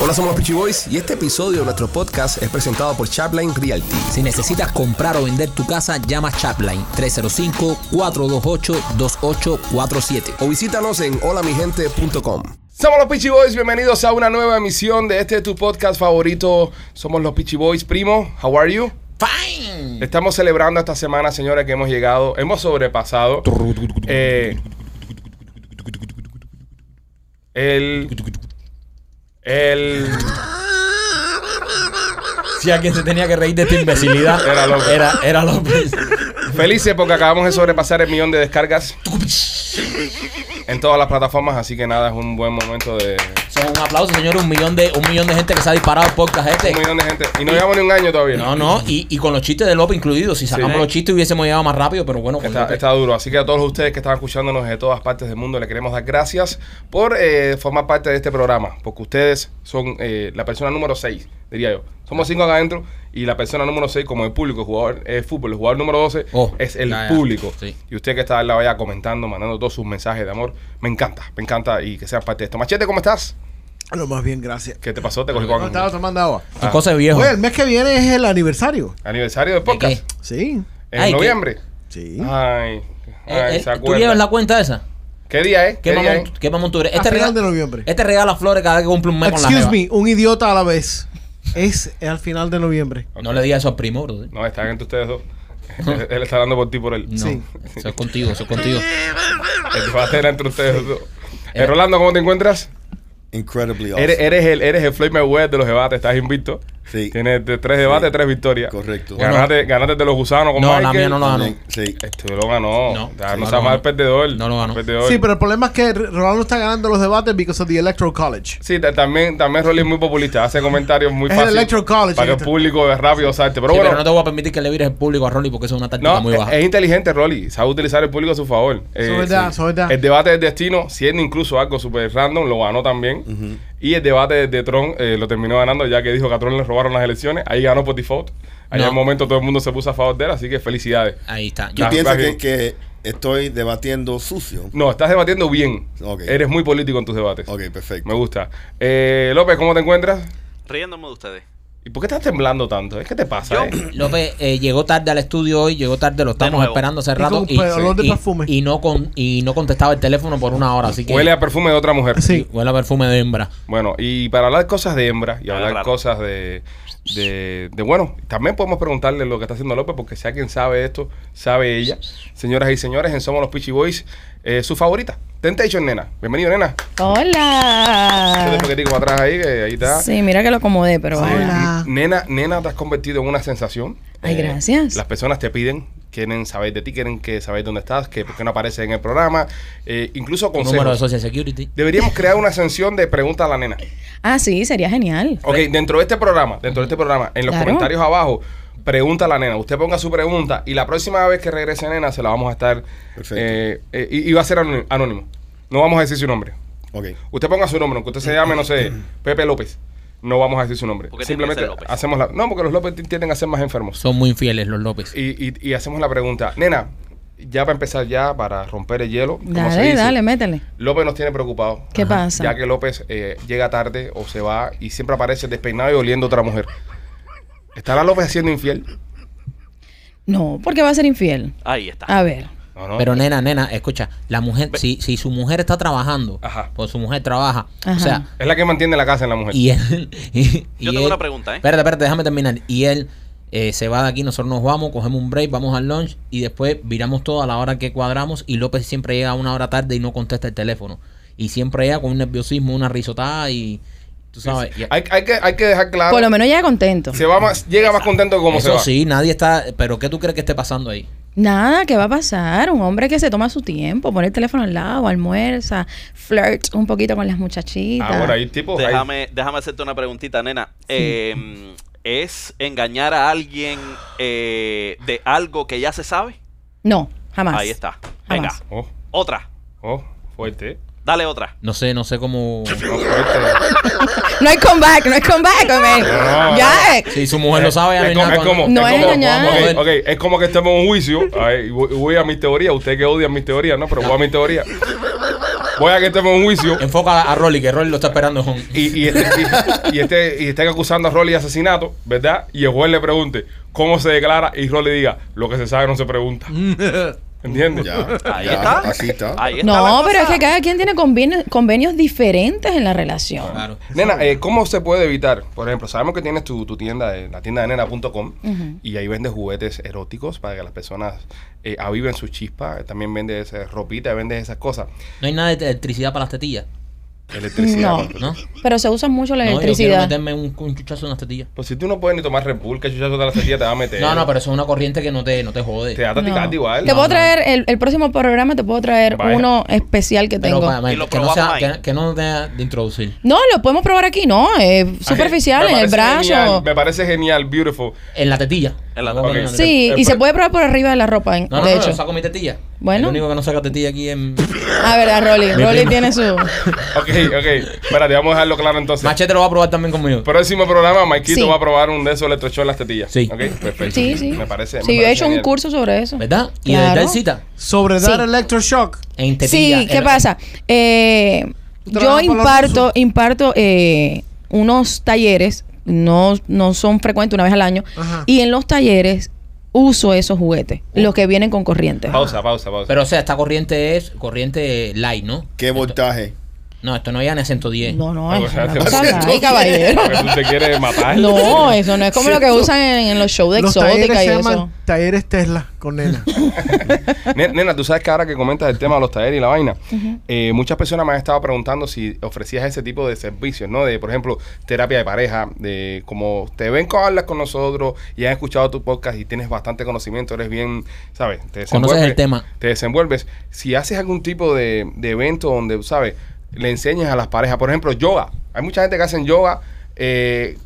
Hola, somos los Peachy Boys y este episodio de nuestro podcast es presentado por Chapline Realty. Si necesitas comprar o vender tu casa, llama Chapline 305-428-2847. O visítanos en holamigente.com. Somos los Peachy Boys, bienvenidos a una nueva emisión de este tu podcast favorito. Somos los Peachy Boys, primo. How are you? ¡Fine! Estamos celebrando esta semana, señores, que hemos llegado, hemos sobrepasado eh, el el Si alguien se tenía que reír de esta imbecilidad, Era López. Era, era López. felices porque acabamos de sobrepasar el millón de descargas en todas las plataformas, así que nada, es un buen momento de Son un aplauso, señor. Un millón de, un millón de gente que se ha disparado el podcast este. un millón de gente y no llevamos ni un año todavía. No, no, y, y con los chistes de López incluidos. Si sacamos Sí. los chistes hubiésemos llegado más rápido, pero bueno, con Está, López. está duro. Así que a todos ustedes que están escuchándonos de todas partes del mundo, le queremos dar gracias por eh, formar parte de este programa. Porque ustedes son eh, la persona número 6, diría yo. Somos cinco acá adentro y la persona número 6, como el público, el jugador eh, fútbol, el jugador número 12, Oh, es el ya, ya. público. Sí. Y usted que está al lado allá comentando, mandando todos sus mensajes de amor, me encanta, me encanta y que sean parte de esto. Machete, ¿cómo estás? Lo más bien, gracias. ¿Qué te pasó? Te cogí No, con estaba tomando agua. Son cosas de viejo. Eh, Oye, el mes que viene es el aniversario. aniversario del ¿De qué? podcast. Sí. En Ay, ¿qué? noviembre. Sí. Ay, ay, Eh, eh, se ¿Tú acuerda. llevas la cuenta esa? ¿Qué día es? ¿Qué, día mamón, es? ¿Qué mamón tú eres? Este A final regala- de noviembre. Este regala flores cada vez que cumple un mes con la Excuse me, jeva. un idiota a la vez. Es al final de noviembre. No le digas eso al primo, bro. No, están entre ustedes dos. él, él está dando por ti por él. No, Sí. eso es contigo, eso es contigo. El va a hacer entre ustedes dos. Eh, Rolando, ¿cómo te encuentras? Incredibly awesome. Eres, eres el, eres el Floyd Mayweather de los debates, estás invicto. Sí. Tienes de- tres debates, Sí. tres victorias. Correcto. Bueno. Ganaste, ganaste de los gusanos con No, Michael. la mía no lo ganó. También, Sí. Este lo No, ganó. No, no no lo sea ganó. más el perdedor. No lo ganó. Perdedor. Sí, pero el problema es que R- Rolando está ganando los debates because of the Electoral College. Sí, ta- también, también Rolly es muy populista, hace comentarios muy Es el fáciles Electoral College, para que el este. público rápido salte. Pero Sí, bueno, pero no te voy a permitir que le vires el público a Rolly porque eso es una táctica No, e-, eh, muy es- baja. es inteligente Rolly, sabe utilizar el público a su favor. Eh, Eso es verdad, eso es verdad. El debate del destino, siendo incluso algo super random, lo ganó también. Y el debate de, de Tron eh, lo terminó ganando ya que dijo que a Tron le robaron las elecciones. Ahí ganó por default. Ahí No. en un momento todo el mundo se puso a favor de él, así que felicidades. Ahí está. ¿Tú Ah, piensas está que, bien. que estoy debatiendo sucio? No, estás debatiendo bien. Ok. Eres muy político en tus debates. Ok, perfecto. Me gusta. Eh, López, ¿cómo te encuentras? riéndome de ustedes. ¿Y por qué estás temblando tanto? ¿Es que te pasa? Yo- eh? López eh, llegó tarde al estudio hoy, llegó tarde, lo estamos nuevo. esperando hace Y rato con y, olor de y- perfume. y no con, y no contestaba el teléfono por una hora, así que Huele a perfume de otra mujer. Sí. huele a perfume de hembra. Bueno, y para hablar cosas de hembra y Ah, hablar raro. cosas de, de, de- Bueno, también podemos preguntarle lo que está haciendo López, porque si alguien sabe esto, sabe ella. Señoras y señores, en Somos los Peachy Boys, eh, su favorita, Temptation Nena. Bienvenido, nena. Yo te Hola. paquetico para atrás ahí, que ahí está. Sí, mira que lo acomodé, pero Eh, hola. Hola. Nena, nena, te has convertido en una sensación. Eh, Ay, gracias. Las personas te piden, quieren saber de ti, quieren que saber dónde estás, que por qué no apareces en el programa, eh, incluso Tu Número de consejos. Social Security. Deberíamos crear una sección de pregunta a la nena. Ah, sí, sería genial. Ok, dentro de este programa, dentro de este programa, en los Claro. comentarios abajo, pregunta a la nena. Usted ponga su pregunta y la próxima vez que regrese nena se la vamos a estar. Perfecto. eh, eh, y, y va a ser anónimo, anónimo. No vamos a decir su nombre. Ok. Usted ponga su nombre, aunque usted se llame, no sé, Pepe López. No vamos a decir su nombre. ¿Por qué tiene que Simplemente ser López? hacemos la. No, porque los López ti- tienden a ser más enfermos. Son muy infieles los López. Y, y- y hacemos la pregunta. Nena, ya para empezar ya, para romper el hielo. como se Dale, dice, dale, métele. López nos tiene preocupados. ¿Qué pasa? Ya que López eh, llega tarde o se va y siempre aparece despeinado y oliendo a otra mujer. ¿Estará López haciendo infiel? No, porque va a ser infiel. Ahí está. A ver. No, no. Pero nena, nena, escucha, la mujer, si, si su mujer está trabajando, Ajá. pues su mujer trabaja, o Ajá. sea, es la que mantiene la casa en la mujer. y él... y- y Yo tengo él- una pregunta, ¿eh? Espérate, espérate, déjame terminar. Y él eh, se va de aquí, nosotros nos vamos, cogemos un break, vamos al lunch y después viramos todo a la hora que cuadramos y López siempre llega una hora tarde y no contesta el teléfono. Y siempre llega con un nerviosismo, una risotada y... Tú sabes... y- Hay, hay que, hay que dejar claro. Por lo menos llega contento. Ah, se va más, llega más contento como se Eso va. sí, nadie está... Pero ¿qué tú crees que esté pasando ahí? Nada, ¿qué va a pasar? Un hombre que se toma su tiempo, pone el teléfono al lado, almuerza, flirt un poquito con las muchachitas. Ahora Ah, hay tipos. hay- Déjame, déjame hacerte una preguntita, nena. Eh, ¿Es engañar a alguien eh, de algo que ya se sabe? No, jamás. Ahí está. Venga. Jamás. Oh, Otra. oh, fuerte. Dale otra. No sé, no sé cómo... No, fuerte. No hay comeback, no hay comeback, hombre. No, ya. eh. Si su mujer lo sabe, ya no hay nada es, como- es con- como, No es es como, engañar. ok, ok, es como que estemos en un juicio. Ay, voy, voy a mis teorías. Usted que odia mis teorías, ¿no? Pero voy a mis teorías. voy a que estemos en juicio. Enfoca a Rolly, que Rolly lo está esperando en home. Y, y, este, y, y este- y estén acusando a Rolly de asesinato, ¿verdad? Y el juez le pregunte cómo se declara y Rolly diga, lo que se sabe no se pregunta. ¿Entiendes? Ya, Ahí ya, está. Así está. Ahí está la No, cosa. pero es que cada quien tiene convenios, convenios diferentes en la relación. Claro. Nena, eh, ¿cómo se puede evitar? Por ejemplo, sabemos que tienes tu, tu tienda, de, la tienda de nena.com, Ujú. y ahí vendes juguetes eróticos para que las personas eh, aviven su chispa. También vendes eh, ropita, vendes esas cosas. No hay nada de electricidad para las tetillas, Electricidad. No. ¿no? Pero se usa mucho la No, yo quiero electricidad. meterme un, un chuchazo en las tetillas. Pues si tú no puedes ni tomar Red Bull, que chuchazo de la sequía te va a este, meter. No, no, pero eso es una corriente que no te, no te jode. Te da No. taticata igual. Te puedo traer, el, el próximo programa te puedo traer Vaya. uno especial que pero tengo. para- Y lo que, no sea, probamos ahí. que, que no deja de introducir. No, lo podemos probar aquí, no, es superficial, Ah, Me en el parece genial, brazo. me parece genial, beautiful. En la tetilla. En la- Lo voy a poner en ok. la tetilla. Sí, Eh, y se pero- puede probar por arriba de la ropa, en- No, no, de no, hecho. yo saco mi tetilla. Bueno. El único que no saca tetilla aquí en. Ah, verdad, Rolly. Mi Rolly primo. tiene su. Ok, ok. Espérate, vamos a dejarlo claro entonces. Machete lo va a probar también conmigo. Próximo programa, Maikito Sí. va a probar un de esos electrocholas en las tetillas. Sí. Ok, perfecto. Sí, sí. Me parece. Sí, me yo he parece hecho un genial. curso sobre eso. ¿Verdad? Y Claro. de dar cita Sobre dar Sí. electroshock. en tetilla. Sí, ¿qué en- pasa? Eh, ¿Tú yo trabajas para los imparto, rusos? imparto eh, unos talleres, no, no son frecuentes, una vez al año, Ajá. y en los talleres uso esos juguetes, Oh. los que vienen con corriente. Pausa, pausa, pausa. Pero o sea, esta corriente es corriente light, ¿no? ¿Qué voltaje? No, esto no llega ni a 110. No, no, Ah, eso es una gracias. cosa Gracias. laica, caballero. Porque tú te quieres matar. No, eso no es como lo que usan en, en los shows de Los talleres exótica y se eso. llaman talleres Tesla con nena. Ne- Nena, tú sabes que ahora que comentas el tema de los talleres y la vaina, eh, muchas personas me han estado preguntando si ofrecías ese tipo de servicios, ¿no? De, por ejemplo, terapia de pareja, de como te ven con hablas con nosotros y has escuchado tu podcast y tienes bastante conocimiento, eres bien, ¿sabes? Te Conoces el desenvuelves- tema. Te desenvuelves. Si haces algún tipo de, de evento donde, ¿sabes? Le enseñas a las parejas, por ejemplo, yoga. Hay mucha gente que hacen yoga. eh,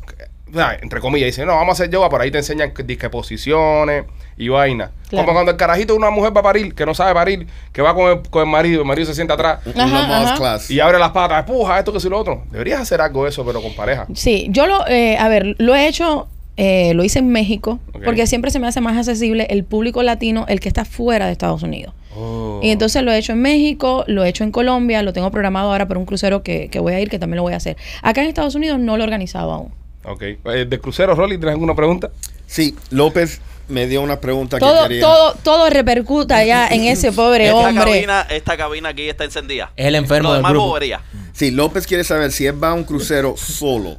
o sea, entre comillas, dicen, no, vamos a hacer yoga, por ahí te enseñan que- disque posiciones y vaina. Claro. Como cuando el carajito de una mujer va a parir, que no sabe parir, que va con el, con el marido, el marido se sienta atrás Una mouse ajá. class. y abre las patas, puja, esto que si lo otro. Deberías hacer algo de eso, pero con pareja. Sí, yo lo, eh, a ver, lo he hecho, eh, lo hice en México, Ok. porque siempre se me hace más accesible el público latino, el que está fuera de Estados Unidos. Oh. Y entonces lo he hecho en México, lo he hecho en Colombia, lo tengo programado ahora para un crucero que, que voy a ir, que también lo voy a hacer. Acá en Estados Unidos no lo he organizado aún. Ok. Eh, ¿De crucero, Rolly, tienes alguna pregunta? Sí, López me dio una pregunta Todo, que quería. todo, todo repercuta ya en ese pobre esta hombre. Cabina, esta cabina aquí está encendida. Es el enfermo Lo del demás grupo. bobería. Sí, López quiere saber si él va a un crucero solo,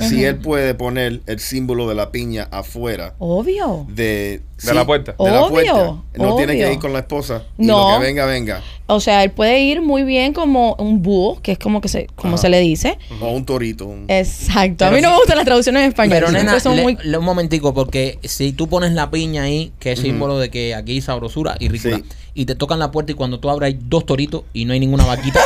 si él puede poner el símbolo de la piña afuera Obvio. de, De la puerta. de la Obvio, puerta. No tiene obvio. que ir con la esposa. No. Y lo que venga, venga. O sea, él puede ir muy bien como un búho, que es como que se, como se le dice. O un torito. Eh, un- Exacto. a Pero mí no sí- me gustan las traducciones en español. Pero nena, siempre son le- muy- le- un momentico, porque si tú pones la piña ahí, que es símbolo de que aquí hay sabrosura y ricura, Sí. y te tocan la puerta y cuando tú abres hay dos toritos y no hay ninguna vaquita.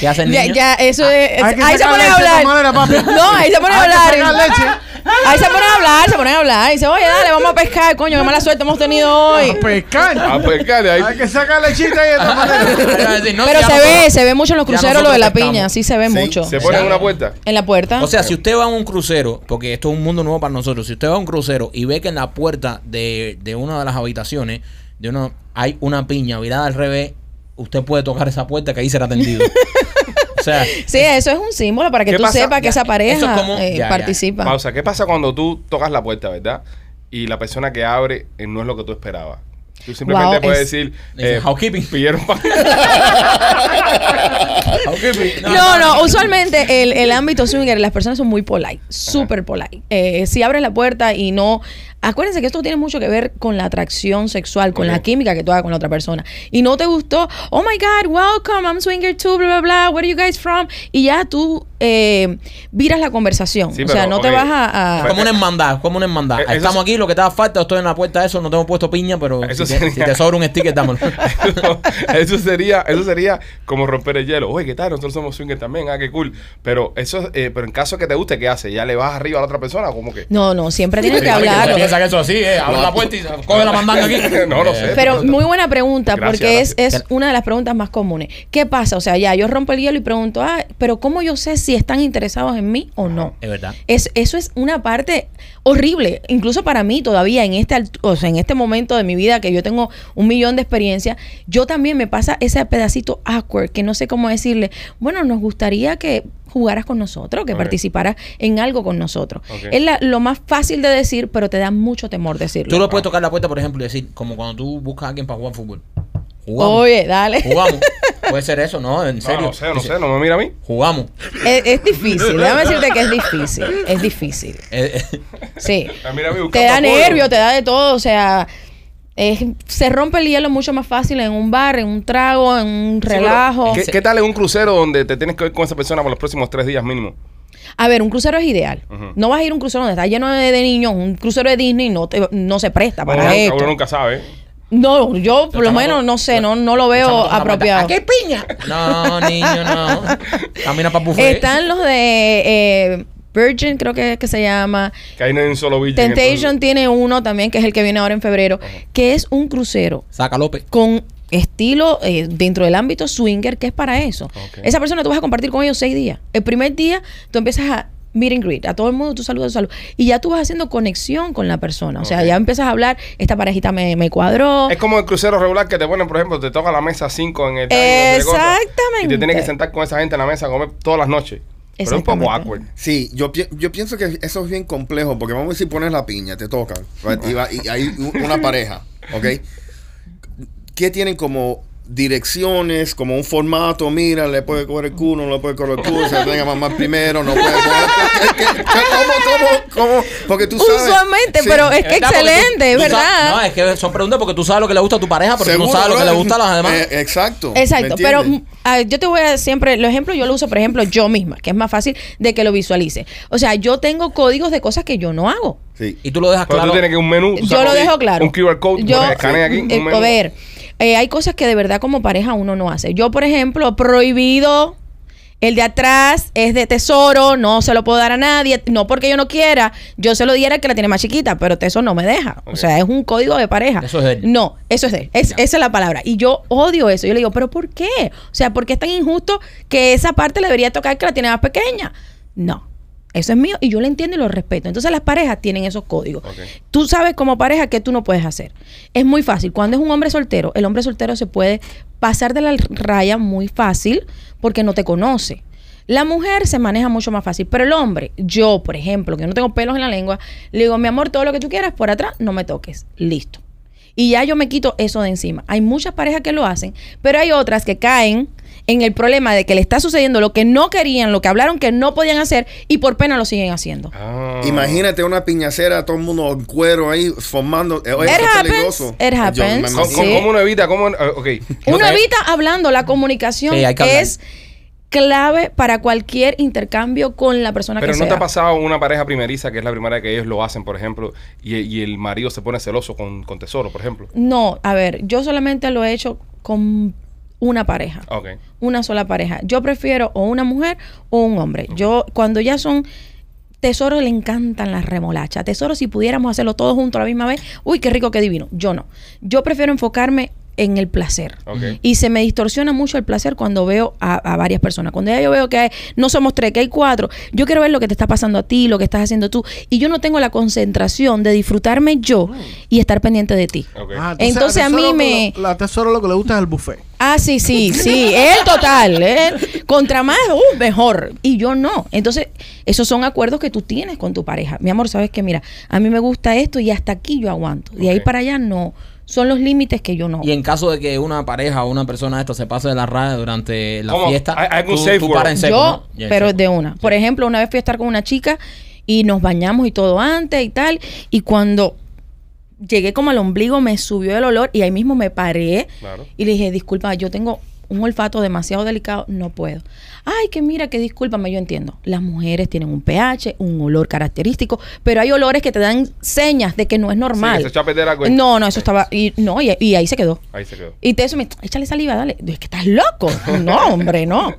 ¿Qué hacen Ya, niños? ya, eso Ah, es. Hay que ahí se sacar ponen a leche de hablar. madera, papi. No, ahí se ponen a Hay Ah, que hablar. sacar leche. Ahí se ponen a hablar, se ponen a hablar. Y dice, oye, dale, vamos a pescar, coño, qué mala suerte hemos tenido hoy. A pescar. Ah, pues, cara, ahí- Hay que sacar lechita y de esta manera. Pero, es decir, no, Pero ya se no- ve, se ve mucho en los ya cruceros lo de la nosotros piña, pescamos. sí se ve Sí, mucho. ¿Se pone en una puerta? En la puerta. O sea, si usted va a un crucero, porque esto es un mundo nuevo para nosotros, si usted va a un crucero y ve que en la puerta de, de una de las habitaciones de uno hay una piña virada al revés, usted puede tocar esa puerta que ahí será tendido. o sea, sí, eso es un símbolo para que ¿Qué tú pasa? sepas que Ya, esa eso pareja es como- eh, ya, ya. participa. Pausa. ¿Qué pasa cuando tú tocas la puerta, verdad? Y la persona que abre eh, no es lo que tú esperabas. Tú simplemente Wow, puedes es- decir, eh, Dicen, "Housekeeping". pidieron pa- No, no, usualmente el, el ámbito swinger, las personas son muy polite, súper polite. Eh, si abres la puerta y no... Acuérdense que esto tiene mucho que ver con la atracción sexual, con la Ok. química que tú hagas con la otra persona. Y no te gustó, oh my God, welcome, I'm swinger too, bla, bla, bla, where are you guys from? Y ya tú eh, viras la conversación. Sí, o sea, pero, no ok. te vas a... a- como una hermandad, como una hermandad. Eh, eso Estamos es- aquí, lo que te da falta, estoy en la puerta, eso no tengo puesto piña, pero Eso si, te, sería- si te sobra un sticker, dámelo. eso sería eso sería como romper el hielo. Oye, ¿qué tal? Nosotros somos swingers también. Ah, qué cool. Pero eso eh, pero en caso que te guste, ¿qué hace? ¿Ya le vas arriba a la otra persona? ¿Cómo que? No, no, siempre tienes que Oye, hablarlo. empieza piensa que eso es así, eh. Abre la puerta y se- coge la mandanga aquí. Eh, No lo sé. Pero muy buena pregunta, Eh, Gracias, porque es, gracias. es una de las preguntas más comunes. ¿Qué pasa? O sea, ya yo rompo el hielo y pregunto, ah, pero ¿cómo yo sé si están interesados en mí o no? Es verdad. Es, eso es una parte horrible, incluso para mí todavía en este, alt- o sea, en este momento de mi vida que yo tengo un millón de experiencias, yo también me pasa ese pedacito awkward que no sé cómo decirle, bueno, nos gustaría que jugaras con nosotros, que Ok. participaras en algo con nosotros. Ok. Es la- lo más fácil de decir, pero te da mucho temor decirlo. Tú le puedes tocar la puerta, por ejemplo, y decir, como cuando tú buscas a alguien para jugar fútbol. Jugamos. Oye, dale. Jugamos. Puede ser eso, ¿no? En serio. Ah, No, no sé, no Dice, sé, no me mira a mí. Jugamos. Es, es difícil, déjame decirte que es difícil, es difícil, Eh, eh, sí. Ah, mira a mí Te buscando da apoyo. nervio, te da de todo, o sea, es- se rompe el hielo mucho más fácil en un bar, en un trago, en un Sí, pero, relajo. ¿Qué, qué tal en un crucero donde te tienes que ver con esa persona por los próximos tres días mínimo? A ver, un crucero es ideal. Ujú. No vas a ir a un crucero donde está lleno de, de niños, un crucero de Disney no te- no se presta Uno, para nunca- esto. uno nunca sabe. ¿eh? No, yo por lo chamaco- menos no sé, no, no lo veo Echamos la puerta. apropiado. ¿A qué piña? No, niño, no. Camina para buffet. Están los de eh, Virgin, creo que, que se llama. Que ahí no hay un solo virgen. Temptation entonces- tiene uno también, que es el que viene ahora en febrero, que es un crucero Saca López. con estilo eh, dentro del ámbito swinger, que es para eso. Ok. Esa persona tú vas a compartir con ellos seis días. El primer día tú empiezas a meet and greet, a todo el mundo tú saludas, tú saludas. Y ya tú vas haciendo conexión con la persona. O sea, Ok. ya empiezas a hablar, esta parejita me, me cuadró. Es como el crucero regular que te ponen, por ejemplo, te toca la mesa 5 en el tal y no sé qué cosa, Y te Exactamente. tienes que sentar con esa gente en la mesa a comer todas las noches. Pero es un poco awkward. Exactamente. Sí, yo, pi- yo pienso que eso es bien complejo, porque vamos a decir, pones la piña, te tocan, right, y, va- y hay u- una pareja, ¿ok? ¿Qué tienen como direcciones, como un formato? Mira, le puede coger el culo, no le puede coger el culo, se la tiene que mamar primero, no puede coger... ¿Qué- qué- qué- ¿Cómo, cómo, cómo? Porque tú sabes... Usualmente, Sí. pero es que ¿Verdad? Porque tú- excelente, tú es sabes- verdad. No, es que son preguntas porque tú sabes lo que le gusta a tu pareja, pero tú Seguro, no sabes lo que le brother. gusta a las demás. Eh, exacto. ¿me Exacto, pero entiendes? mm, ah, yo te voy a siempre, los ejemplos yo lo uso, por ejemplo, yo misma, que es más fácil de que lo visualice. O sea, yo tengo códigos de cosas que yo no hago. Sí. y tú lo dejas Pero claro. tú tienes que un menú. Ah, Yo lo dejo claro. Un QR code. Yo, Yo, escanea aquí. un eh, menú. a ver, eh, hay cosas que de verdad como pareja uno no hace. Yo, por ejemplo, prohibido. El de atrás es de tesoro, no se lo puedo dar a nadie, no porque yo no quiera, yo se lo diera al que la tiene más chiquita, pero eso no me deja. Ok. O sea, es un código de pareja. Eso es de él. No, eso es de él. Es- Ya. Esa es la palabra. Y yo odio eso. Yo le digo, ¿pero por qué? O sea, ¿por qué es tan injusto que esa parte le debería tocar al que la tiene más pequeña? No. Eso es mío y yo lo entiendo y lo respeto. Entonces las parejas tienen esos códigos. Ok. Tú sabes como pareja que tú no puedes hacer. Es muy fácil. Cuando es un hombre soltero, el hombre soltero se puede pasar de la raya muy fácil porque no te conoce. La mujer se maneja mucho más fácil, pero el hombre, yo por ejemplo, que no tengo pelos en la lengua, le digo, mi amor, todo lo que tú quieras por atrás, no me toques. Listo. Y ya yo me quito eso de encima. Hay muchas parejas que lo hacen, pero hay otras que caen en el problema de que le está sucediendo lo que no querían, lo que hablaron que no podían hacer y por pena lo siguen haciendo. Ah. Imagínate una piñacera, todo el mundo en cuero ahí, formando. eh, oye, It eso es happens, peligroso. it happens, ¿Cómo, imagino. sí. cómo uno evita? ¿Cómo, uno- eh, ok. Yo Uno también- evita hablando, la comunicación Sí, hay que hablar. es clave para cualquier intercambio con la persona Pero que ¿no te sea. ha pasado una pareja primeriza, que es la primera que ellos lo hacen, por ejemplo, y, y el marido se pone celoso con, con tesoro, por ejemplo? No, a ver, yo solamente lo he hecho con una pareja. Ah, Ok. una sola pareja. Yo prefiero o una mujer o un hombre. Yo, cuando ya son tesoros, le encantan las remolachas. Tesoros, si pudiéramos hacerlo todos juntos a la misma vez, uy, qué rico, qué divino. Yo no. Yo prefiero enfocarme en el placer. Ok. Y se me distorsiona mucho el placer cuando veo a, a varias personas. Cuando ya yo veo que hay- no somos tres, que hay cuatro, yo quiero ver lo que te está pasando a ti, lo que estás haciendo tú. Y yo no tengo la concentración de disfrutarme yo y estar pendiente de ti. Ok. Ah, entonces, Entonces, a mí tesoro me- lo- la tesoro lo que le gusta es el buffet. Ah, sí, sí, sí, el total. él. Contra más, uh, mejor. Y yo no. Entonces, esos son acuerdos que tú tienes con tu pareja. Mi amor, sabes que mira, a mí me gusta esto y hasta aquí yo aguanto. De ahí Ok. para allá no. Son los límites que yo no. Y en caso de que una pareja o una persona de esto se pase de la raya durante la ¿Cómo? fiesta, Hay- hay algún tú, safe tú word. paras en seco, yo, ¿no? Ya, pero safe de word. una. Por ejemplo, una vez fui a estar con una chica y nos bañamos y todo antes y tal. Y cuando llegué como al ombligo, me subió el olor y ahí mismo me paré Claro. y le dije, disculpa, yo tengo un olfato demasiado delicado, no puedo. ay, que mira, que discúlpame, yo entiendo. Las mujeres tienen un pH, un olor característico, pero hay olores que te dan señas de que no es Sí, normal. que se echó a perder algo. No, no, eso estaba, y, no, y, y ahí se quedó. Ahí se quedó. Y te eso me, échale saliva, dale. Es que estás loco. No, hombre, no.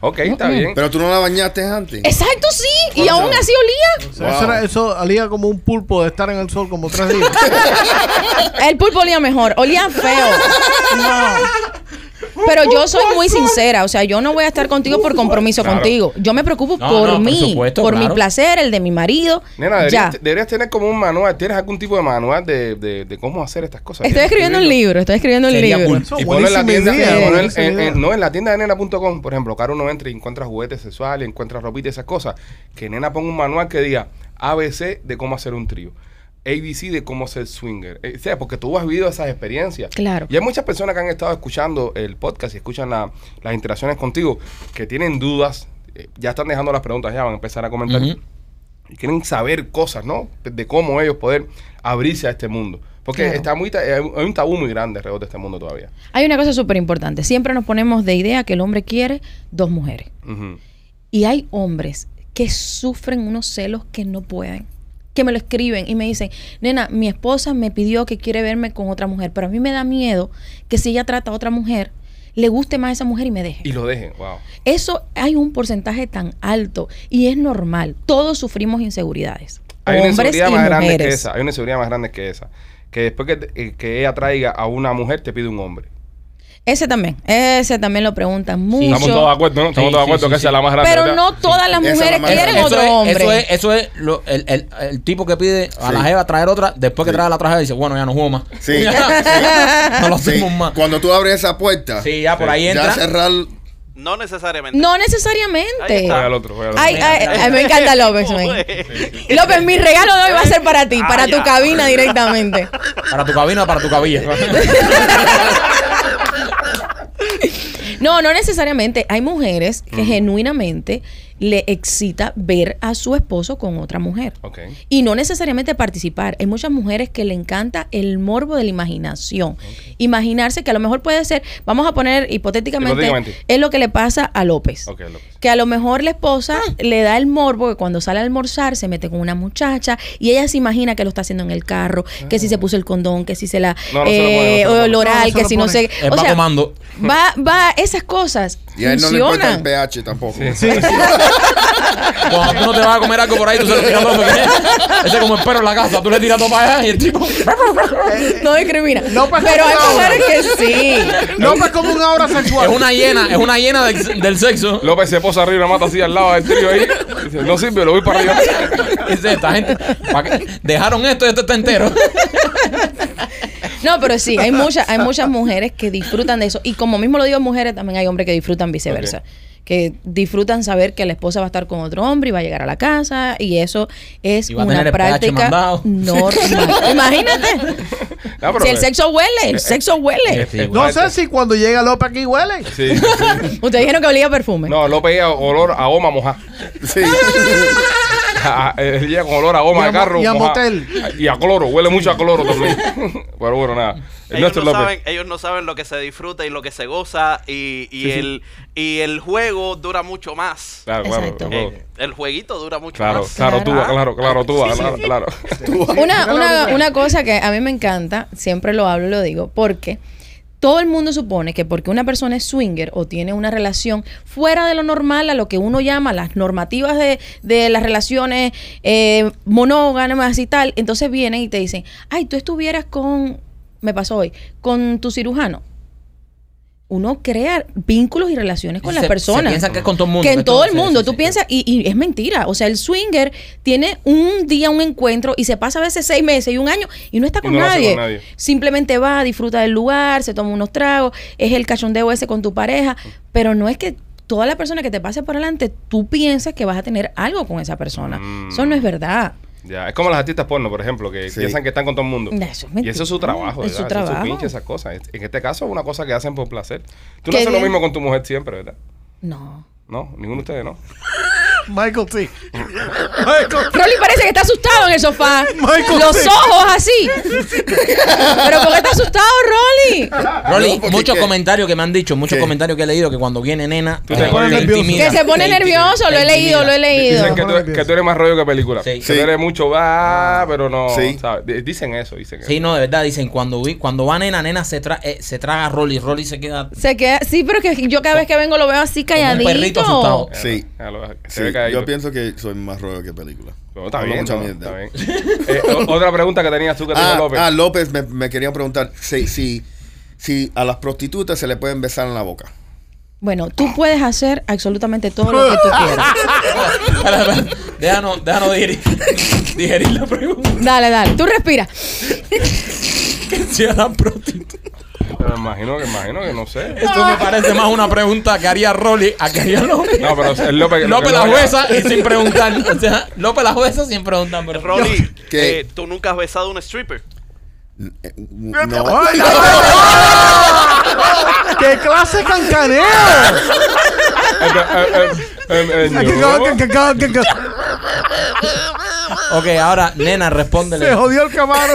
Ok, está bien. Pero tú no la bañaste antes. Exacto, sí. Y Coño. aún así olía. O sea, eso, Wow. era- eso alía como un pulpo de estar en el sol como tres días. El pulpo olía mejor, olía feo. Pero yo soy muy sincera, o sea, yo no voy a estar contigo por compromiso Claro. contigo. Yo me preocupo No, por no, por mí, por, supuesto, mi claro. placer, el de mi marido. Nena, ya. deberías, deberías tener como un manual. ¿Tienes algún tipo de manual de, de, de cómo hacer estas cosas? Estoy escribiendo un libro, estoy escribiendo un Sería libro. cool. Son Y ponlo en la buenísimas tienda, ideas, y ponlo en- buenísimas en- en- ideas. eh, no, en la tienda de nena.com, por ejemplo, Caro uno entra y encuentra juguetes sexuales, encuentra ropita y esas cosas. Que nena ponga un manual que diga ABC de cómo hacer un trío. ABC de cómo ser swinger. Eh, o sea, porque tú has vivido esas experiencias. Claro. Y hay muchas personas que han estado escuchando el podcast y escuchan la- las interacciones contigo que tienen dudas. eh, ya están dejando las preguntas, ya van a empezar a comentar Ujú. y quieren saber cosas, ¿no? De cómo ellos poder abrirse a este mundo. Porque Claro. está muy ta- hay un hay un tabú muy grande alrededor de este mundo todavía. Hay una cosa súper importante. Siempre nos ponemos de idea que el hombre quiere dos mujeres. Ujú. Y hay hombres que sufren unos celos que no pueden. Que me lo escriben y me dicen, nena, mi esposa me pidió que quiere verme con otra mujer, pero a mí me da miedo que si ella trata a otra mujer, le guste más a esa mujer y me deje. Y lo dejen, wow. Eso hay un porcentaje tan alto y es normal. Todos sufrimos inseguridades. Hay una hombres y inseguridad más grande que mujeres. esa. Hay una inseguridad más grande que esa. Que después que, te- eh, que ella traiga a una mujer, te pide un hombre. Ese también, ese también lo preguntan mucho. Estamos todos de acuerdo, ¿no? Estamos Sí, sí, todos de acuerdo sí, que sí. esa es la más grande. pero ¿verdad? no todas las Esa es la mujeres más grande. quieren Eso otro es, hombre. Eso es, eso es lo- el, el- el tipo que pide a la Sí. jeva traer otra, después que Sí. trae la otra jeva dice, bueno, ya no juego más. Sí. no lo Sí, hacemos más. Cuando tú abres esa puerta, Sí, ya por Sí. ahí ya entra. cerrar. No necesariamente. No Ahí necesariamente. está. Juega al otro, juega al otro. Ay, ay, ay, me encanta López. men. Joder. López, mi regalo de hoy va a ser para ti, Ah, para tu ya. cabina directamente. Para tu cabina, para tu cabilla. No, no necesariamente. Hay mujeres que genuinamente le excita ver a su esposo con otra mujer. Ok. Y no necesariamente participar. Hay muchas mujeres que le encanta el morbo de la imaginación. Imaginarse que a lo mejor puede ser, vamos a poner hipotéticamente, Hipotéticamente. es lo que le pasa a López. Ok, López. Que a lo mejor la esposa Ah. le da el morbo que cuando sale a almorzar se mete con una muchacha y ella se imagina que lo está haciendo en el carro, que Ah. si se puso el condón, que si se la No, no se lo pone, no se eh, lo pone. el No, oral, no se que lo si no pone. sé, Él o va sea, comando. va va esas cosas Y a él no le importa el funcionan. pH tampoco. Sí, sí. Cuando tú no te vas a comer algo por ahí, tú se lo tiras todo. porque Ese es como el perro en la casa. Tú le tiras todo para allá y el tipo... no discrimina. No, pues, pero hay no. mujeres que sí. No fue como una obra Es sexual. una hiena, es una hiena del, del sexo. López se posa arriba y la mata así al lado del trío ahí. Dice, no sirve, lo voy para arriba. Dice, esta gente, ¿pa' qué? Dejaron esto y esto está entero. No, pero sí, hay muchas, hay muchas mujeres que disfrutan de eso. Y como mismo lo digo mujeres, también hay hombres que disfrutan viceversa. Que disfrutan saber que la esposa va a estar con otro hombre y va a llegar a la casa. Y eso es Y va a una tener el pH práctica mandado. eh, normal. Imagínate. No, pero- si el sexo huele, el sexo huele. Sí, No sé si cuando llega López aquí huele. Sí. Ustedes dijeron que olía a perfume. No, López llega olor a goma mojada. Sí. Ah, él llega con olor a Y goma a de mo- carro. y a mojada. motel. Y a cloro, huele mucho a cloro también. Pero bueno, nada. El Ellos nuestro no, López. saben, ellos no saben lo que se disfruta y lo que se goza y, y, Sí, sí. el, y el juego dura mucho más. Claro, claro. Exacto. Ah, claro. Eh, el jueguito dura mucho Claro, más. claro, tú, Claro. claro, claro, tú, claro, claro. Una, una, una cosa que a mí me encanta, siempre lo hablo y lo digo, porque todo el mundo supone que porque una persona es swinger o tiene una relación fuera de lo normal, a lo que uno llama las normativas de, de las relaciones eh, monógamas y tal, entonces vienen y te dicen, ay, tú estuvieras con, me pasó hoy, con tu cirujano. Uno crea vínculos y relaciones con las personas. Piensan que es con todo el mundo. Que en es todo el mundo, sí, sí, tú sí. piensas, y, y es mentira. O sea, el swinger tiene un día, un encuentro, y se pasa a veces seis meses y un año, y no está con, no lo hace nadie. con nadie. Simplemente va, disfruta del lugar, se toma unos tragos, es el cachondeo ese con tu pareja, pero no es que toda la persona que te pase por delante, tú piensas que vas a tener algo con esa persona. Mm. Eso no es verdad. Ya, es como las artistas porno, por ejemplo, que Sí. piensan que están con todo el mundo. No, eso es y mentira. eso es su trabajo, ¿verdad? Es su Eso es su trabajo. pinche, esas cosas. En este caso es una cosa que hacen por placer. Tú no Qué haces lo bien. mismo con tu mujer siempre, ¿verdad? No. No, ninguno de ustedes, ¿no? Michael T. Rolly parece que está asustado en el sofá. Michael Los Vick. ojos así. Pero ¿por qué está asustado, Rolly? Rolly, No, porque muchos que- comentarios que me han dicho, muchos ¿Qué? comentarios que he leído que cuando viene nena, eh, Tú te pones nervioso. Que se pone nervioso, lo he leído, lo he leído. Dicen que tú, que tú eres más rollo que película. Sí. Que tú eres mucho va, pero no. Ah. Sí. ¿sabes? D- Dicen eso, dicen eso. Sí, no, de verdad, dicen, cuando, vi- cuando va nena, nena se, tra- eh, se traga a Rolly, Rolly se queda... Se queda, sí, pero que yo cada vez que vengo lo veo así Como un calladito. perrito asustado. Ya, Sí. ya lo- se Sí, ve caído. yo pienso que soy más rollo que película. Bueno, está Hablo bien, mucha ¿no? mierda. Está bien. Eh, o- otra pregunta que tenías tú que tenía Ah, López. ah, López me, me quería preguntar si, si, si a las prostitutas se le pueden besar en la boca. Bueno, tú puedes hacer absolutamente todo lo que tú quieras. Espera, espera, déjanos, déjanos digerir, digerir la pregunta. Dale, dale. Tú respira. Si a la prostituta. Pero imagino que, imagino que no sé. Esto me parece más una pregunta que haría Rolly a que haría López. No, pero es López. López la López- jueza y sin preguntar. O sea, López la jueza sin preguntar. Pero Rolly, ¿Qué? eh, tú nunca has besado a un stripper. Eh, No. ¡Qué clase de cancaneo! Eh, eh, eh, eh, eh, no. Ok, ahora, nena, respóndele. Se jodió el camaro.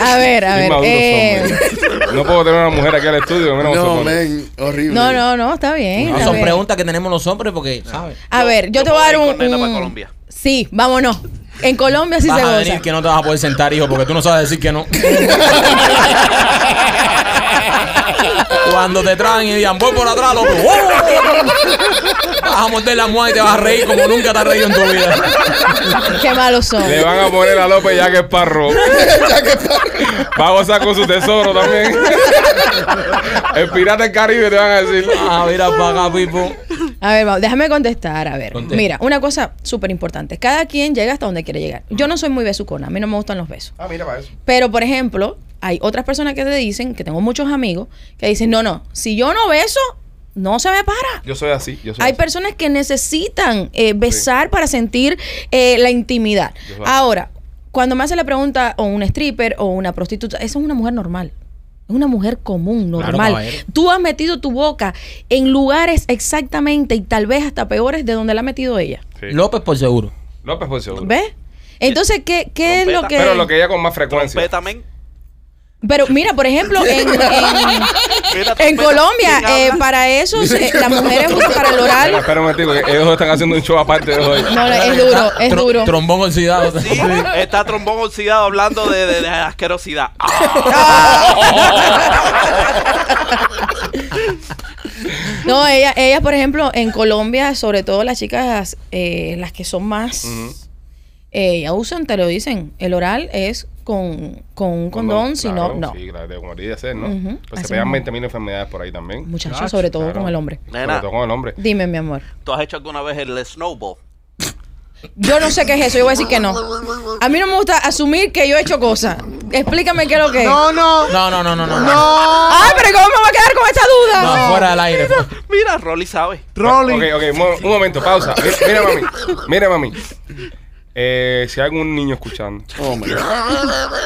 A ver, a Qué ver. inmaduros eh, son, man. No puedo tener una mujer aquí al estudio. menos No, vosotros. men, horrible. no, no, no, está bien. No está son bien. preguntas que tenemos los hombres porque, ¿sabes? A ver, yo Yo te voy a dar puedo ir un. con nena pa' un- Colombia. Sí, vámonos. En Colombia sí vas se a goza. venir que no te vas a poder sentar, hijo, porque tú no sabes decir que no. Cuando te traen y digan, voy por atrás, loco. ¡wow! Vas a morder la muerte y te vas a reír como nunca te has reído en tu vida. Qué malos son. Le van a poner a López ya que es parro. Va a gozar con su tesoro también. El pirata del Caribe te van a decir. Ah, mira para acá, Pipo. A ver, vamos, déjame contestar. A ver, Contesta. mira, una cosa súper importante. Cada quien llega hasta donde quiere llegar. Yo no soy muy besucona, a mí no me gustan los besos. Ah, mira para eso. Pero, por ejemplo, hay otras personas que te dicen, que tengo muchos amigos, que dicen, no, no, si yo no beso, no se me para. Yo soy así. Yo soy Hay así. personas que necesitan eh, besar para sentir eh, la intimidad. Yo soy así. Ahora, cuando me hace la pregunta o un stripper o una prostituta, esa es una mujer normal. Es una mujer común, Claro, normal. caballero. Tú has metido tu boca en lugares exactamente y tal vez hasta peores de donde la ha metido ella. Sí. López por seguro. López por seguro. ¿Ves? Entonces, ¿qué, qué es lo Trompeta. que...? Pero lo que ella con más frecuencia. Trompeta, men. Pero mira, por ejemplo, en, en- Mira, en trompeta. Colombia, ¿Quién eh, habla? para eso se- las mujeres usan para el Espera, oral. espera un momentico, que ellos dos están haciendo un show aparte de hoy. No, no, es duro, es Ah, Tro- duro. Trombón oxidado. Sí, está trombón oxidado hablando de, de- de asquerosidad. Ah. No, ellas, ellas, por ejemplo, en Colombia, sobre todo las chicas, eh, las que son más, Ujú. eh, ellas usan, te lo dicen, el oral es con, con un condón, si no, Claro, no. Sí, claro, como debería ser, ¿no? Ujú, Pues se así pegan mismo. 20.000 enfermedades por ahí también. Muchachos, sobre todo Claro. con el hombre. Sobre todo con el hombre. Dime, mi amor. ¿Tú has hecho alguna vez el snowball? Yo no sé qué es eso, yo voy a decir que no. A mí no me gusta asumir que yo he hecho cosas. Explícame qué es lo que es. No, no. No, no, no, no, no. No. Ay, pero ¿cómo me voy a quedar con esta duda? No, fuera del aire. Mira, Rolly sabe. Rolly. Ok, ok, mo- un momento, pausa. Mi- Mira, mami. Mira, mami. Eh, si hay algún niño escuchando, Oh, my God.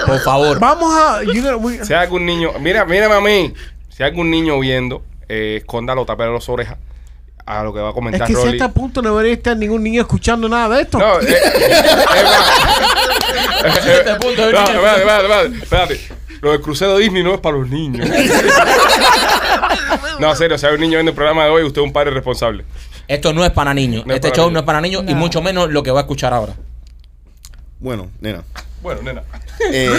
Por favor. Vamos a. you know, we- si hay algún niño, mira, mira, mami. Si hay algún niño viendo, eh, escóndalo, tapele las orejas a lo que va a es comentar que si a Rolly. este punto no debería estar ningún niño escuchando nada de esto. No, eh, es más. Eh, eh, Este punto es no, niño. espérate, espérate, espérate, espérate. Lo del crucero Disney no es para los niños. No, en serio, si hay un niño viendo el programa de hoy, usted es un padre responsable. Esto no es para niños. No es este para show niños. no es para niños y No. mucho menos lo que va a escuchar ahora. Bueno, nena. Bueno, nena. Eh,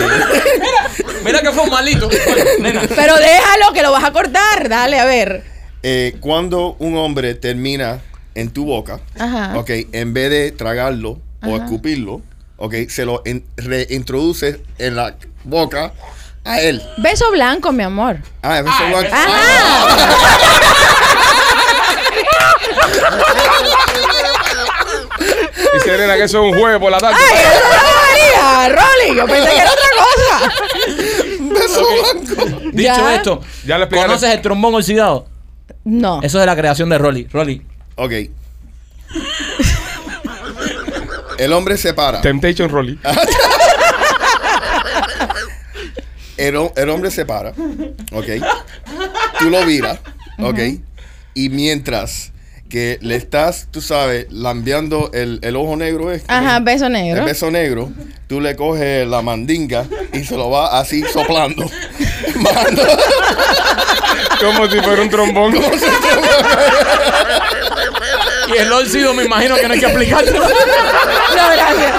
Mira que fue un malito. Nena. Pero déjalo, que lo vas a cortar. Dale, a ver. eh, cuando un hombre termina en tu boca, Ajá. ok, en vez de tragarlo o Ajá. escupirlo, ok, se lo en- reintroduces en la boca a él. Beso blanco, mi amor. Ah, eso es lo- Ajá. Dice, nena, que eso es un jueves por la tarde. Ay, eso no lo haría, Rolly. Yo pensé que era otra cosa. Ah, Dicho Ya. esto, Ya le explicaré. ¿conoces el trombón oxidado? No. Eso es de la creación de Rolly. Rolly. Ok. El hombre se para. Temptation Rolly. El, ho- el hombre se para, ¿ok? Tú lo miras, ¿ok? Y mientras que le estás, tú sabes, lambeando el, el ojo negro. este, Es, Ajá, el- beso negro. El beso negro, tú le coges la mandinga y se lo vas así soplando. Mano, Como si fuera un trombón. Y el olcido me imagino que no hay que aplicarlo. No, gracias.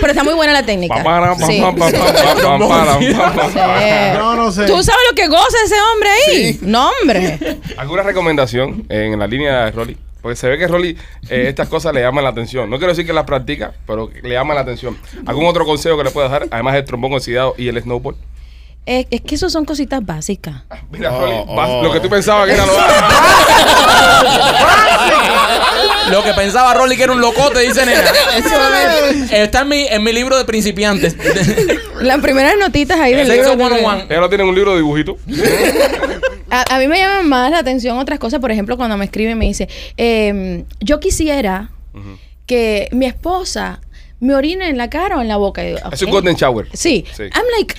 Pero está muy buena la técnica. Papara, pam, Sí. pam, pam, pam, pam, pam, pam, pam, Sí. pam. No, no sé. ¿Tú sabes lo que goza ese hombre ahí? No, hombre. ¿Alguna recomendación en la línea de Rolly? Porque se ve que Rolly eh, estas cosas le llaman la atención. No quiero decir que las practica, pero que le llaman la atención. ¿Algún otro consejo que le puedas dar? Además del trombón oxidado y el snowboard. Es, es que eso son cositas básicas. Mira, Oh, Rolly, oh. vas- lo que tú pensabas que era lo básico. Lo que pensaba Rolly que era un locote, dice nena. Eso es- está en mi, en mi libro de principiantes. Las primeras notitas ahí del Sexo libro de- 101. Ella no tiene un libro de dibujitos. A, a mí me llaman más la atención otras cosas. Por ejemplo, cuando me escriben me dice, em, yo quisiera que mi esposa me orine en la cara o en la boca. Y digo, Es un "Ok". golden shower. Sí. Sí. I'm like,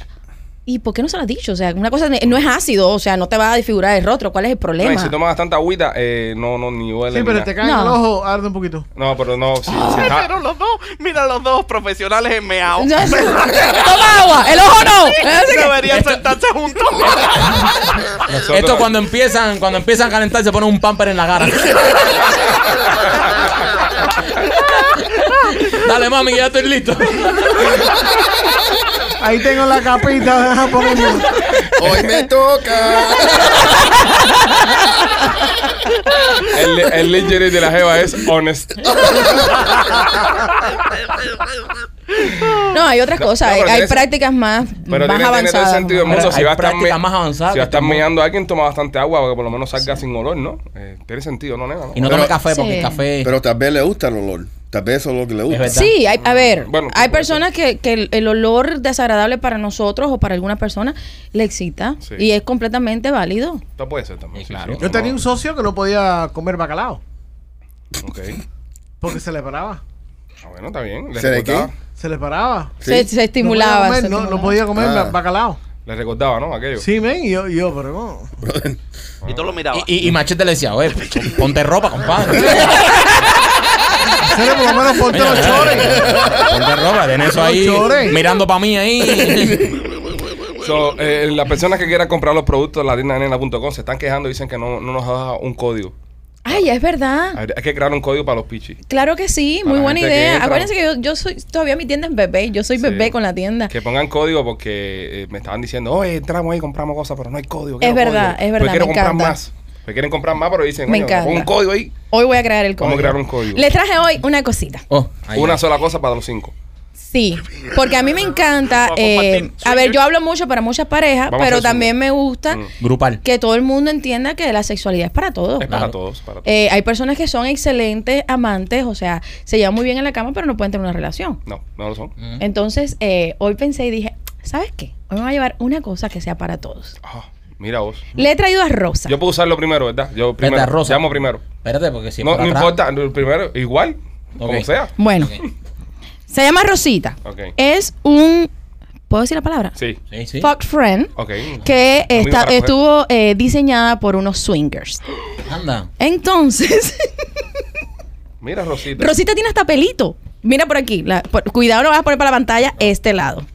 ¿y por qué no se lo has dicho? O sea, una cosa no es ácido, o sea, no te va a desfigurar el rostro. ¿Cuál es el No, problema? y si tomas tanta agüita, eh, no, no, ni huele. Sí, ni pero nada. te cae en No. el ojo, arde un poquito. No, pero no. Si, si está- Pero los dos, mira los dos profesionales en meao. No, sí. Toma agua, el ojo no. Así que- Deberían sentarse juntos. nosotros- Esto cuando empiezan, cuando empiezan a calentar se ponen un pamper en la cara. Dale, mami, que ya estoy listo. Ahí tengo la capita, deja ponerme. hoy me toca. El, el lingerie de la jeva es honest. No, hay otras No, cosas. no, hay pero hay tienes- prácticas más, Pero más tiene, tiene todo el avanzadas. sentido del Mira, mundo. si hay va a estar, prácticas me- más Ah, avanzadas si va a que estar tenemos. meando a alguien, toma bastante agua para que por lo menos salga sin olor, ¿no? Eh, tiene sentido, ¿no, nena? No? Y no Pero- tome café, porque Sí. el café. Pero tal vez le gusta el olor. Tal vez eso es lo que le gusta. verdad. Sí, hay- a ver, Bueno, hay puede personas que, que el, el olor desagradable para nosotros o para alguna persona le excita Sí. y es completamente válido. Esto puede ser también. Sí, claro. Yo tenía un solo. socio que no podía comer bacalao porque se le paraba. Ah, bueno, está bien. Les ¿Se de recordaba, Se le paraba. Sí. Se, se No podía estimulaba. comer, se no, estimulaba. no podía comer Ah. ba- bacalao. les recordaba, ¿no? Aquello. Sí, men, y yo, y yo, pero no. Y tú lo mirabas. Y, y- y Machete le decía, oye, ponte ropa, compadre. Hacerle por lo menos ponte Mira, los mira, chores. Ponte ropa, ten eso Los ahí. chores. Mirando para mí ahí. So, eh, las personas que quieran comprar los productos de la tienda de nena.com se están quejando y dicen que no, no nos da un código. Ay, es verdad. Hay hay que crear un código para los pichis. Claro que sí, Para muy la buena gente que idea. entra. Acuérdense que yo, yo soy todavía mi tienda es bebé, yo soy Sí. bebé con la tienda. Que pongan código porque eh, me estaban diciendo, oye, entramos ahí, compramos cosas, pero no hay código. quiero Es verdad, código". es verdad, Pero Pues quiero me comprar encanta. más. Me quieren comprar más, pero dicen, Me "Coño, encanta. pon un código ahí. Hoy voy a crear el Vamos código. a crear un código. Les traje hoy una cosita. Oh, ahí. Una sola cosa para los cinco. Sí, porque a mí me encanta. Vamos, eh, Martín. a ver, yo hablo mucho para muchas parejas, Vamos a pero hacer también zoom. me gusta Mm. Grupal. que todo el mundo entienda que la sexualidad es para todos. Es para todos, para todos. Eh, hay personas que son excelentes amantes, o sea, se llevan muy bien en la cama, pero no pueden tener una relación. No, no lo son. Mm. Entonces, eh, hoy pensé y dije, ¿sabes qué? Hoy me voy a llevar una cosa que sea para todos. Ah, mira vos. Le he traído a Rosa. Yo puedo usarlo primero, ¿verdad? Yo primero. Vete a Rosa. Llamo primero. Espérate, porque si es no, por no atrás- importa, no, primero, igual, como Ok. sea. Bueno, se llama Rosita. Ok. Es un... ¿Puedo decir la palabra? Sí. Sí, sí. Fuck friend. Ok. Amigo Que está- para coger. estuvo eh, diseñada por unos swingers. Anda. Entonces, Mira, Rosita. Rosita tiene hasta pelito. Mira por aquí. la- por- cuidado, no vas a poner para la pantalla este lado.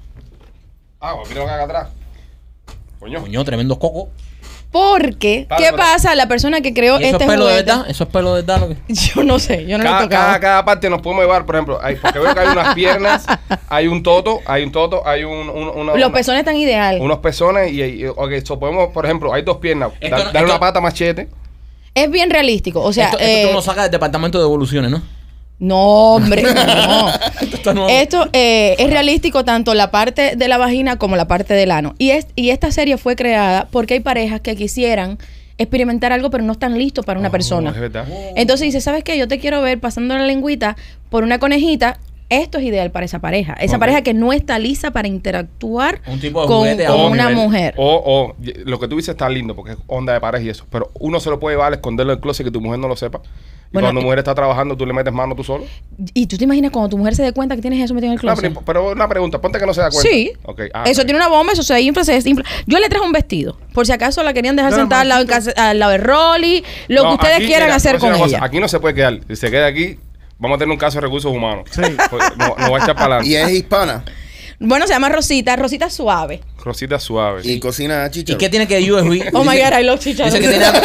Ah, pues mira lo que haga atrás. Coño. Coño, tremendo coco. Porque, Para, ¿qué para. pasa? La persona que creó ¿Y eso este es pelo de juguete- verdad? ¿Eso es pelo de verdad? lo que- Yo no sé, yo no lo he Cada, tocado. cada, cada parte nos podemos llevar, por ejemplo, hay, porque veo que hay unas piernas, hay un toto, hay un toto, hay un, un- una- Los una- pezones están ideal. unos pezones y, y ok, so podemos, por ejemplo, hay dos piernas, Esto no- da- darle esto- una pata machete. Es bien realístico. O sea, esto, eh, esto tú lo sacas del departamento de evoluciones, ¿no? no, hombre, no. Esto está nuevo. Esto eh, es realístico tanto la parte de la vagina como la parte del ano. Y, es, y esta serie fue creada porque hay parejas que quisieran experimentar algo pero no están listos para una persona. Es verdad. Entonces dice, ¿sabes qué? Yo te quiero ver pasando la lengüita por una conejita. Esto es ideal para esa pareja. Esa Ok. pareja que no está lisa para interactuar Un tipo de con, juguete a con otro una nivel. mujer. O, o, y- lo que tú dices está lindo porque es onda de pareja y eso, pero uno se lo puede llevar, esconderlo en el closet que tu mujer no lo sepa. Y Bueno, cuando eh, mujer está trabajando, tú le metes mano tú solo. ¿Y tú te imaginas cuando tu mujer se dé cuenta que tienes eso metido en el Una closet? pre- Ah, pero una pregunta, ponte que no se da cuenta. Sí. Ok, ah, eso ok. tiene una bomba, eso se infla, se desinfla. Yo le traje un vestido. Por si acaso la querían dejar No, sentada al lado, en casa- al lado de Rolly, lo No, que ustedes aquí, quieran mira, hacer te voy con a decir una ella. cosa, Aquí no se puede quedar. Si se queda aquí, vamos a tener un caso de recursos humanos. Sí. No, no va a echar para Y adelante. es hispana. Bueno, se llama Rosita, Rosita suave. Rosita suave. Y cocina ¿Y chicha. qué tiene que USB? Oh my god, I love chicharros. Dice que tiene algo,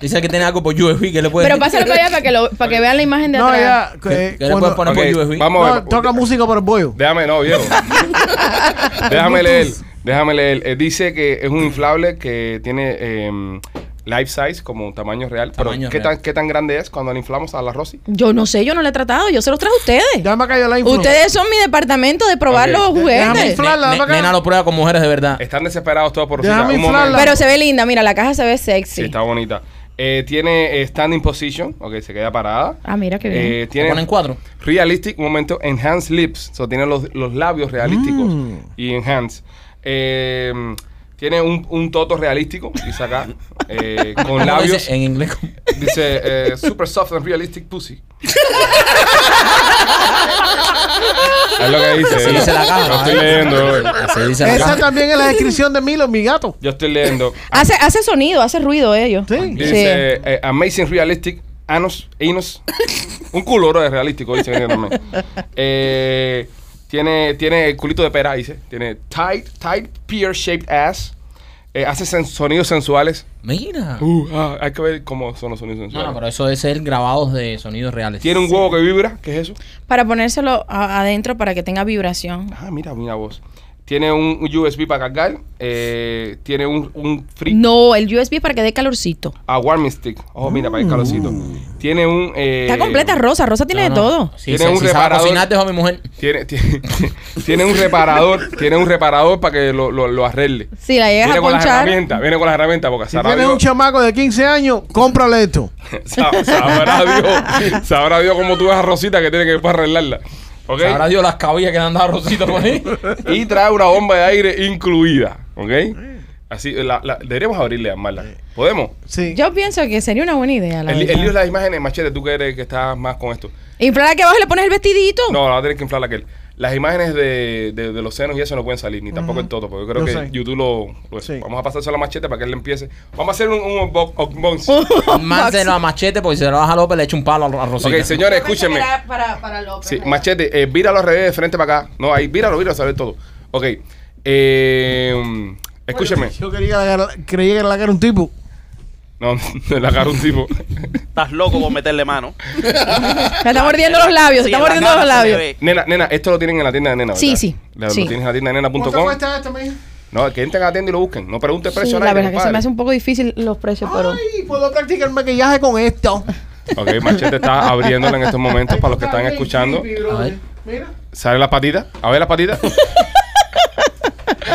dice que tiene algo por USB que le puede Pero pásalo para allá para que, lo- para que vean la imagen de No, atrás. ya. que, eh, que le puedes cuando- poner Ok, por USB. vamos a ver. No, toca música por el bollo. Déjame, no, viejo. déjame leer. Déjame leer. Eh, dice que es un inflable que tiene em, life size como tamaño real. Tamaño pero ¿qué, real. Tan, ¿qué tan grande es cuando le inflamos a la Rosy? Yo no sé, yo no la he tratado, yo se los traje a ustedes. Ya me cayó la info. Ustedes son mi departamento de probar Ok. los Déjame juguetes. inflar. inflarla, Ne- ne- acá. nena lo prueba con mujeres de verdad. Están desesperados todos por Déjame Rosita. Un inflarla. momento. Pero se ve linda, mira, la caja se ve Sí, sexy. está bonita. Eh, tiene eh, standing position, ok, se queda parada. Ah, mira qué bien. Eh, Te tiene ponen cuatro. realistic, un momento, enhanced lips. O sea, tiene los, los labios realísticos Mm. y enhanced. Eh, tiene un, un toto realístico, dice acá, eh, con ¿Cómo dice labios. en inglés. ¿Cómo? Dice, eh, super soft and realistic pussy. es lo que dice. Así dice la caja. Yo estoy leyendo. eh. Así dice la Esa caja. también es la descripción de Milo, mi gato. Yo estoy leyendo. Ah, Hace, hace sonido, hace ruido ellos. Sí. Dice, eh, amazing realistic, anos, anus. Un culo, bro, es realístico, dice que también. Eh, tiene, tiene el culito de pera, dice. Tiene tight, tight, pear-shaped ass. Eh, hace sen- sonidos sensuales. Mira. Uh, ah, hay que ver cómo son los sonidos No, sensuales. no, pero eso es ser grabados de sonidos reales. Tiene un huevo que vibra, ¿qué es eso? Para ponérselo a- adentro para que tenga vibración. Ah, mira, mira vos. Tiene un un USB para cargar. eh, tiene un, un free. No, el USB es para que dé calorcito. Ah, warming stick. Oh, mira, para el calorcito. Tiene un. eh, Ah. Está completa Rosa, Rosa No, tiene de no. todo. Si, Tiene se- un si sabe reparador. cocinar, dejo a mi mujer. Tiene, tiene, tiene un reparador. tiene un reparador para que lo, lo, lo arregle. Si la llegas Viene a con las ponchar, herramientas. Viene con las herramientas porque Si sabrá tienes un Dios. chamaco de 15 años, cómprale esto. sab- Sabrá Dios. Sabrá Dios cómo tú ves a Rosita que tiene que ir para arreglarla. ¿Ok? Ahora Dios las cabillas que le han dado a Rosita por ahí. Y trae una bomba de aire incluida. ¿Ok? Así, la, la- deberíamos abrirle a Marla. ¿Podemos? Sí. yo pienso que sería una buena idea. La El, el verdad. lío de las imágenes, machete, tú que eres que estás más con esto. Inflar aquí abajo y le pones el vestidito. No, la va a tener que inflar aquel. Las imágenes de, de, de los senos y eso no pueden salir, ni tampoco el toto, porque yo Yo creo que sé. YouTube lo. lo- Sí. Vamos a pasar solo a machete para que él empiece. Vamos a hacer un, un unbox- unboxing. Mándelo a machete porque si se lo baja a López le echa un palo a, a Rosita. ok, señores, escúchenme. Para, para López. Sí, machete, eh, víralo al revés de frente para acá. No, ahí, víralo, víralo, saber todo. Ok. Eh, escúcheme. Yo quería la- creía que la cara era un tipo. No, en la cara un tipo. Estás loco con meterle mano. Se está mordiendo los labios, se Sí, está en la mordiendo cara se los le labios. ve. Nena, nena, esto lo tienen en la tienda de nena. ¿verdad? Sí, sí, Lo, lo sí. tienes en la tienda de nena.com. esto, No, que entren a la tienda y lo busquen. No pregunte Sí, precio a la nadie, verdad que se compadre. me hace un poco difícil los precios, pero. Ay, puedo practicar maquillaje con esto. Ok, Machete está abriéndola en estos momentos para los que están Está bien escuchando. creepy, brother. A ver. Mira. ¿Sale las patitas? A ver las patitas.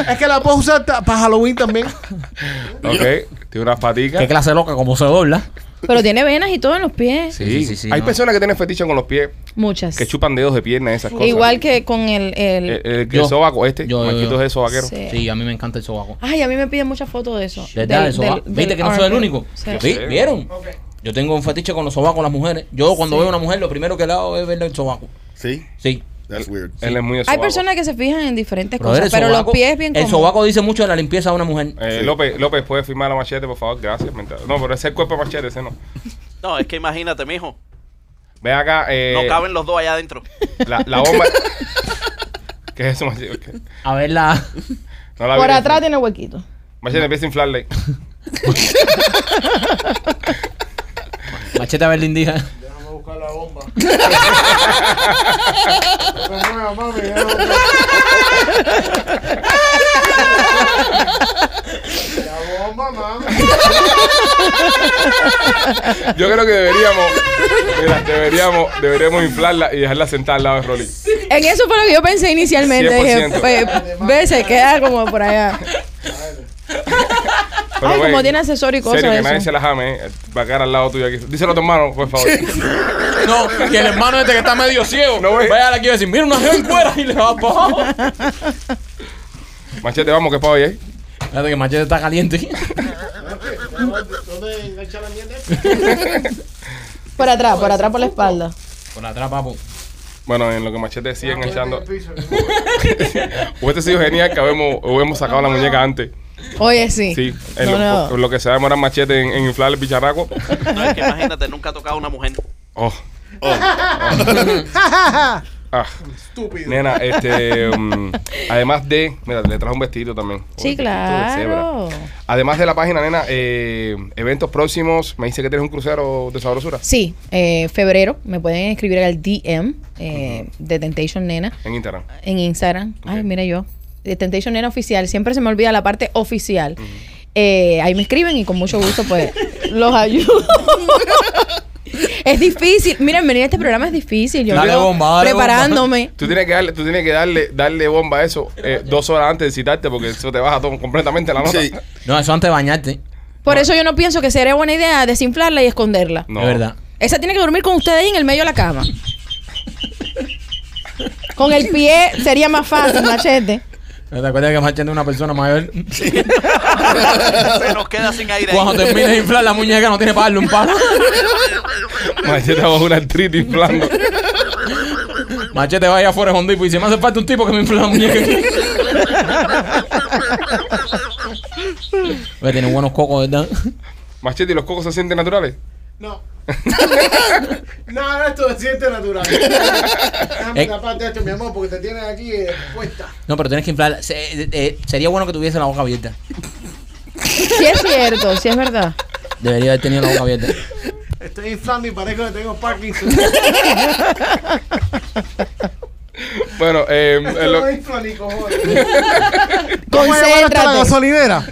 Es que la puedo usar ta- para Halloween también. Ok, tiene unas Qué patitas. clase loca, como se dobla. Pero tiene venas y todo en los pies. Sí, Hay no. personas que tienen fetiche con los pies, Muchas. que Eh, chupan dedos de pierna, esas cosas. Igual que con el. el- El, el que Yo. sobaco, este. Yo, yo, Marquitos yo. de sobaquero. Sí. Sí, a mí me encanta el sobaco. Ay, a mí me piden muchas fotos de eso. ¿Verdad? Del- el sobaco. del- Viste del que no soy el armpit. único. Sí. ¿Vi- Sí. ¿Vieron? Yo tengo un fetiche con los sobacos las mujeres. Yo cuando veo a una mujer, lo primero que le hago es verle el sobaco. Sí, Sí. that's weird. Él es muy de Hay sobaco. personas que se fijan en diferentes Brother, cosas, el pero sobaco- los pies bien El común. sobaco dice mucho de la limpieza de una mujer. Eh, Sí. López, López, ¿puedes firmar la machete, por favor? Gracias. Mientras- No, pero ese es el cuerpo de machete, ese no. No, es que imagínate, mijo. Ve acá. Eh, No caben los dos allá adentro. La, la bomba. ¿Qué es eso, machete? Ok. A ver la... No la Por vi. atrás tiene huequito. Machete, empieza a inflarle. Machete a Berlín dije. Déjame buscar la bomba. La bomba, mami. Yo creo que deberíamos, mira, deberíamos, deberíamos inflarla y dejarla sentada al lado de Rolly. En eso fue lo que yo pensé inicialmente. Dije, 100%. "Ve- ve, se queda como por allá. Pero Ay, como ven, tiene accesorio y cosas Serio, que eso. nadie se la jame, eh. Va a quedar al lado tuyo aquí. Díselo a tu hermano, por favor. No, que el hermano este que está medio ciego. No ve. vaya, le quiero decir, mira una gente en cuera y le va para abajo. Machete, vamos, que pa' hoy, ¿eh? Espérate que Machete está caliente. Por atrás, por atrás, por la espalda. Por atrás, papu. Bueno, en lo que Machete siguen echando. Hubiese sido genial que habemos- hubiéramos sacado la muñeca antes. Oye, sí. Sí, en No, lo, no. por lo que se va a demorar Machete en, en inflar el bicharraco. No, es que imagínate, nunca ha tocado a una mujer. Oh, ah. Estúpido. Nena, este. mm, además de. Mira, le trajo un vestido también. Sí, Un vestido de cebra. claro. Además de la página, nena, eh, eventos próximos. Me dice que tienes un crucero de sabrosura. Sí, eh, febrero me pueden escribir al DM eh, de Temptation Nena En Instagram. en Instagram. Ay, Ok. mira yo. De Temptation Nena oficial. Siempre se me olvida la parte oficial. Eh, ahí me escriben y con mucho gusto pues los ayudo. es difícil. Miren, venir a este programa es difícil. Yo Dale vengo bomba, dale bomba. preparándome. Tú tienes que darle, tú tienes que darle, darle bomba a eso eh, dos horas antes de citarte porque eso te baja todo, completamente la nota. Sí. No, eso antes de bañarte. Por eso yo no pienso que sería buena idea desinflarla y esconderla. No. Es verdad. Esa tiene que dormir con ustedes ahí en el medio de la cama. Con el pie sería más fácil, machete. ¿No ¿Te acuerdas que Machete es una persona mayor? Se nos queda sin aire. Cuando termine de inflar la muñeca no tiene para darle un palo. Machete bajo una artritis inflando. Machete vaya afuera de Hondipo y dice, me hace falta un tipo que me infla la muñeca. Oye, tiene buenos cocos, ¿verdad? Machete, ¿y los cocos se sienten naturales? No. Nada, esto se siente natural. Dame Eh. la parte de esto, mi amor, porque te tienes aquí eh, puesta. No, pero tienes que inflar. se- eh, eh, sería bueno que tuviese la boca abierta. Sí es cierto, sí es verdad. Debería haber tenido la boca abierta. Estoy inflando y parezco que tengo Parkinson. Bueno, eh, eh, Esto lo- no infla ni cojones. ¿Cómo llevar hasta la Concéntrate. gasolinera?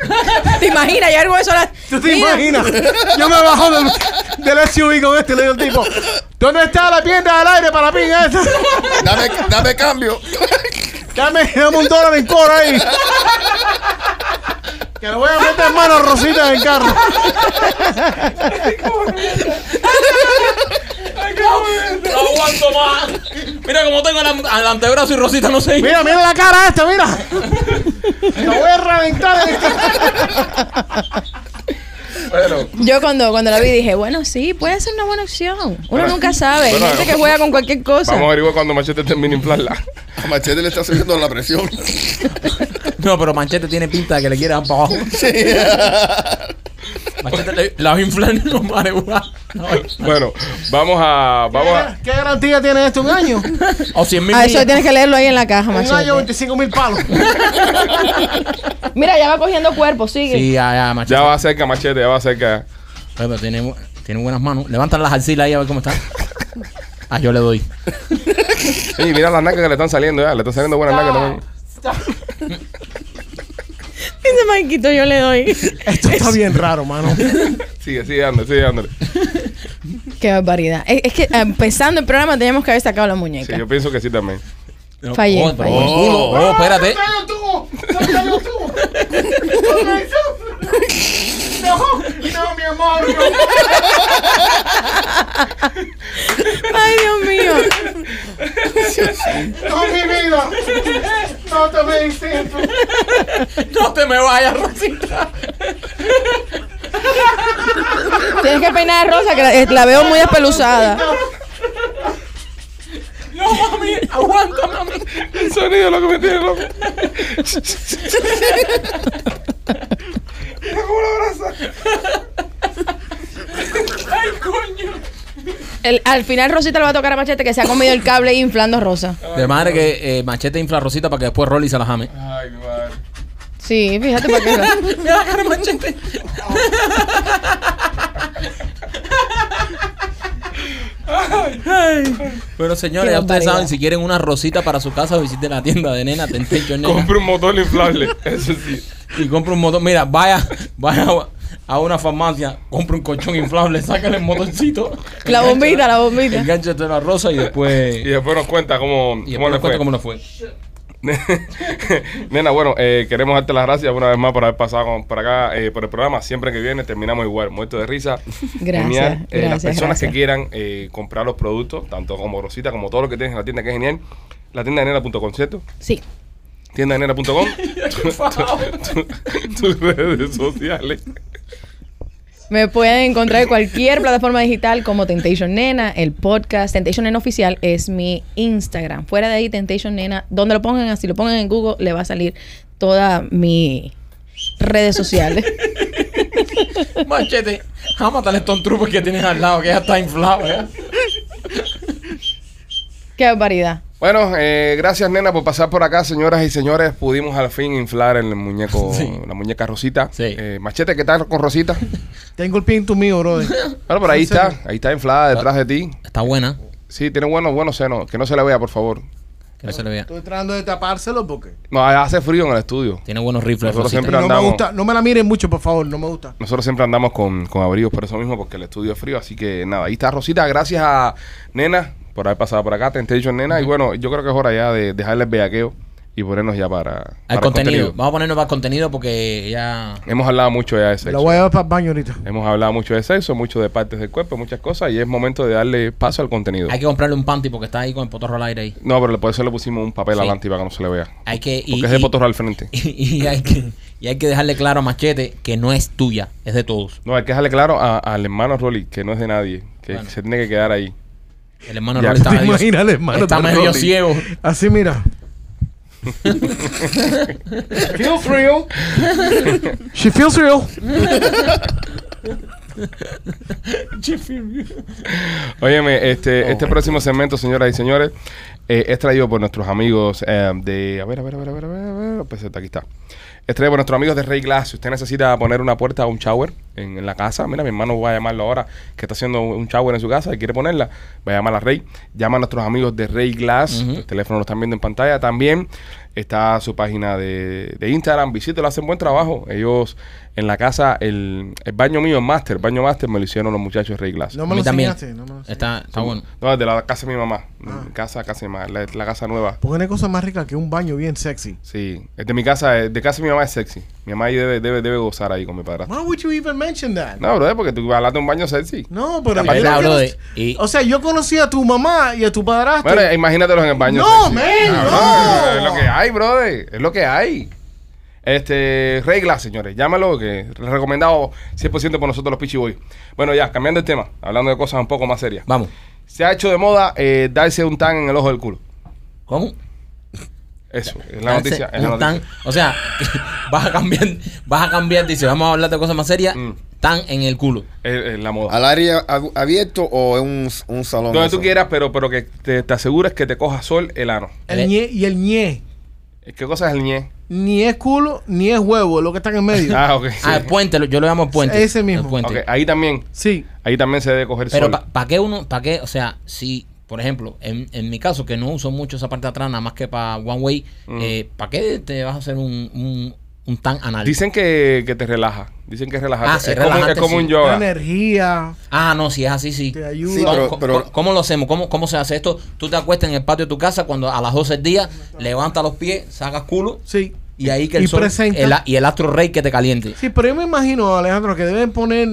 ¿Te imaginas? Ya algo de eso. la- ¿Tú te Mira, imaginas? Yo me bajo del, del SUV con este y le digo al tipo, ¿dónde está la tienda del aire para la pinga esa? Dame, dame cambio. Dame, dame un dólar en cola ahí. Que le voy a meter mano a Rosita en el carro. ¡No aguanto más! Mira cómo tengo el, antebrazo y Rosita no sé. Mira, mira la cara esta, mira. La voy a reventar en este- el carro. bueno, Yo cuando, cuando la vi dije, bueno, sí, puede ser una buena opción. Uno Bueno, nunca sabe. Hay bueno, gente que juega con cualquier cosa. vamos a averiguar cuando Machete termine de inflarla. A Machete le está subiendo la presión. No, pero Manchete tiene pinta de que le quiere dar para abajo. Manchete le- la va a inflar en los mares. guau. No, Bueno, vamos a. Vamos a. ¿Qué garantía tiene esto? ¿Un año? O 100 mil Ah, eso millas. tienes que leerlo ahí en la caja, Un año, machete. 25 mil palos. Mira, ya va cogiendo cuerpo, sigue. Sí, ya, ya, Manchete. Ya va cerca, Machete, ya va cerca. Oye, pero tiene, bu- tiene buenas manos. Levántale las arcilas ahí a ver cómo está. Ah, yo le doy. Oye, mira las nacas que le están saliendo ya. Le están saliendo buenas nacas también. Ese manquito yo le doy. Esto está bien raro, mano. Sigue, sigue dándole, sigue dándole. Qué barbaridad. Es, es que eh, empezando el programa teníamos que haber sacado la Sí, muñeca. yo pienso que sí también. No, Fallé, oh, pero fallé. buen culo. Oh, espérate. tú! ¡Sácalo tú! ¡No! ¡No, mi amor! Ay, Dios mío. ¡No, no mi vida! ¡No te me distinto! No te me vayas, Rosita. Tienes que peinar a Rosa, que la, eh, la veo muy despeluzada. No, mami. Aguanta, mami. El sonido lo que me tiene loco. El- al final Rosita le va a tocar a Machete que se ha comido el cable inflando a Rosa. De madre que eh, Machete infla a Rosita para que después Rolly se la jame. Ay, mi madre. Sí, fíjate para qué. Mira la cara de Machete. Ay. Bueno, señores, Qué ya ustedes barbaridad. saben, si quieren una rosita para su casa, visiten la tienda de nena, Temptation Nena. Compre un motor inflable. Eso sí. y compra un motor. Mira, vaya, vaya a una farmacia, compra un colchón inflable, sácale el motorcito. La bombita, la bombita. Engánchate la rosa y después. Y después nos cuenta cómo, y después cómo nos le cuenta fue. cómo nos fue. Nena, bueno, eh, queremos darte las gracias una vez más por haber pasado con- por acá, eh, por el programa. Siempre que viene terminamos igual, muerto de risa. Gracias, Genial. Eh, las gracias, personas gracias. que quieran eh, comprar los productos, tanto como Rosita, como todo lo que tienes en la tienda, que es genial. La tienda de nena.com, ¿cierto? Sí. Tienda de nena.com. Tus redes sociales. Me pueden encontrar en cualquier plataforma digital como Temptation Nena, el podcast. Temptation Nena Oficial es mi Instagram. Fuera de ahí, Temptation Nena, donde lo pongan, así lo pongan en Google, le va a salir toda mi redes sociales. Machete, jamás tan estos trupos que tienes al lado, que ya está inflado. ¿eh? Qué barbaridad. Bueno, eh, gracias nena por pasar por acá, señoras y señores. Pudimos al fin inflar el muñeco, Sí. la muñeca Rosita. Sí. Eh, machete, ¿qué tal con Rosita? Tengo el pinto mío, brother. Bueno, por ahí En serio. está, ahí está inflada detrás de ti. Está buena. Sí, tiene buenos, buenos senos. Que no se la vea, por favor. Que no se le vea. Estoy tratando de tapárselo porque. No, hace frío en el estudio. Tiene buenos rifles. Nosotros Rosita. siempre- No me andamos. gusta. No me la miren mucho, por favor. No me gusta. Nosotros siempre andamos con, con abrigos por eso mismo, porque el estudio es frío. Así que nada, ahí está Rosita. Gracias a Nena por haber pasado por acá. Te dicho Nena. Y bueno, yo creo que es hora ya de dejarles bellaqueo y ponernos ya para, para Al el contenido. Vamos a ponernos para el contenido porque ya. Hemos hablado mucho ya de Me la sexo. voy a llevar para el baño ahorita. Hemos hablado mucho de sexo, mucho de partes del cuerpo, muchas cosas. Y es momento de darle paso al contenido. Hay que comprarle un panty porque está ahí con el potorro al aire ahí. No, pero por eso le pusimos un papel Sí. adelante para que no se le vea. Hay que. Porque es de potorro al frente. y hay que, y hay que dejarle claro a Machete que no es tuya, es de todos. No, hay que dejarle claro a- al hermano Rolly que no es de nadie, que Bueno. se tiene que quedar ahí. El hermano Ya, Rolly está ¿Te medio, imaginas el hermano está de medio Rolly? ciego. Así, mira. Feel real. She feels real. Óyeme, este, este próximo segmento, señoras y señores, eh, es traído por nuestros amigos eh, de. A ver, a ver, a ver, a ver, a ver, a ver, pues, está, aquí está. Es traído por nuestros amigos de Rey Glass. Si usted necesita poner una puerta o un shower en, en la casa, mira, mi hermano va a llamarlo ahora que está haciendo un shower en su casa y quiere ponerla, va a llamar a Rey. Llama a nuestros amigos de Rey Glass. Ujú. El teléfono lo están viendo en pantalla también. Está su página de, de Instagram. Visítelo, hacen buen trabajo. Ellos en la casa, el, el baño mío, el master, el baño master, me lo hicieron los muchachos de Rey Glass. No A me mí lo también. enseñaste. No me lo enseñaste. Está, está bueno. No, de la casa de mi mamá. Ah. Casa, casa de mi mamá. La, la casa nueva. Porque no hay cosa más rica que un baño bien sexy. Sí. Es de mi casa. eh, De casa de mi mamá es sexy. Mi mamá ahí debe, debe, debe gozar ahí con mi padrastro. Why would you even mention that? No, brother, porque tú hablaste de un baño sexy. No, pero Aparte- yo no Verdad, quiero- brother. Y- O sea, yo conocí a tu mamá y a tu padrastro. Bueno, imagínatelos en el baño No, sexy. man, no. Es lo que hay, brother. Es lo que hay. Este, regla, señores, llámalo, que recomendado 100% por nosotros los Pichiboy. Bueno, ya, cambiando el tema, hablando de cosas un poco más serias. Vamos. Se ha hecho de moda eh, darse un tan en el ojo del culo. ¿Cómo? Eso, es la noticia. Es la Un tan- noticia. o sea, vas a cambiar, vas a cambiar, dice, vamos a hablar de cosas más serias, Mm. tan en el culo. Es- es la moda. ¿Al área agu- abierto o en un, un salón? Donde eso? tú quieras, pero, pero que te, te asegures que te coja sol el ano. El ñe y el ñe. ¿Qué cosa es el ñe? Ni es culo, ni es huevo, lo que está en el medio. Ah, ok. sí. Ah, el puente, lo- yo lo llamo el puente. Ese mismo. El puente. Ok, ahí también, Sí. ahí también se debe coger Pero sol. ¿para qué uno, para qué, o sea, si, por ejemplo, en, en mi caso, que no uso mucho esa parte de atrás, nada más que para One Way, ¿para qué te vas a hacer un, un, un tan anal? Dicen que, que te relaja. Dicen que es relajante. Ah, sí, es, como, relajante, es como un sí. yoga. Energía, Ah, no, si es así, sí. te ¿Cómo, ayuda. Sí, pero- cómo- cómo lo hacemos? ¿Cómo, ¿Cómo se hace esto? Tú te acuestas en el patio de tu casa cuando a las 12 del día, levantas los pies, sacas culo sí. y ahí que Y el sol presenta. el a- y el astro rey que te caliente. Sí, pero yo me imagino, Alejandro, que deben poner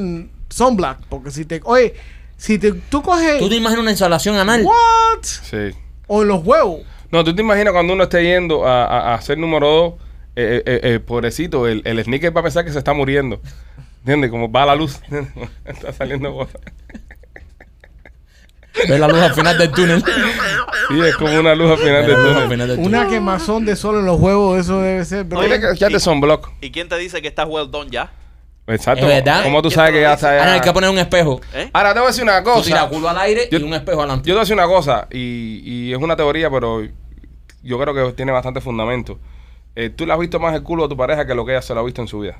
sunblock. Porque si te. Oye, si te, tú coges. ¿Tú te imaginas una instalación anal? ¿What? Sí. O en los huevos. No, tú te imaginas cuando uno esté yendo a, a- a hacer número dos, eh, eh, eh, pobrecito, el, el sneaker va a pensar que se está muriendo. ¿Entiendes? Como va la luz. está saliendo. bola. Ves la luz al final del túnel. Sí, es como una luz al final Ves la del luz al túnel. final del túnel. Una quemazón de sol en los huevos, eso debe ser. bro. Tiene que echarte sunblock. ¿Y quién te dice que estás well done ya? Exacto. Es verdad. ¿Cómo tú sabes que ya está Ahora ya? Ah, hay que poner un espejo. ¿Eh? Ahora te voy a decir una Tú cosa. tiras culo al aire yo- y un espejo adelante. Yo te voy a decir una cosa, y, y es una teoría, pero yo creo que tiene bastante fundamento. Eh, tú le has visto más el culo a tu pareja que lo que ella se lo ha visto en su vida.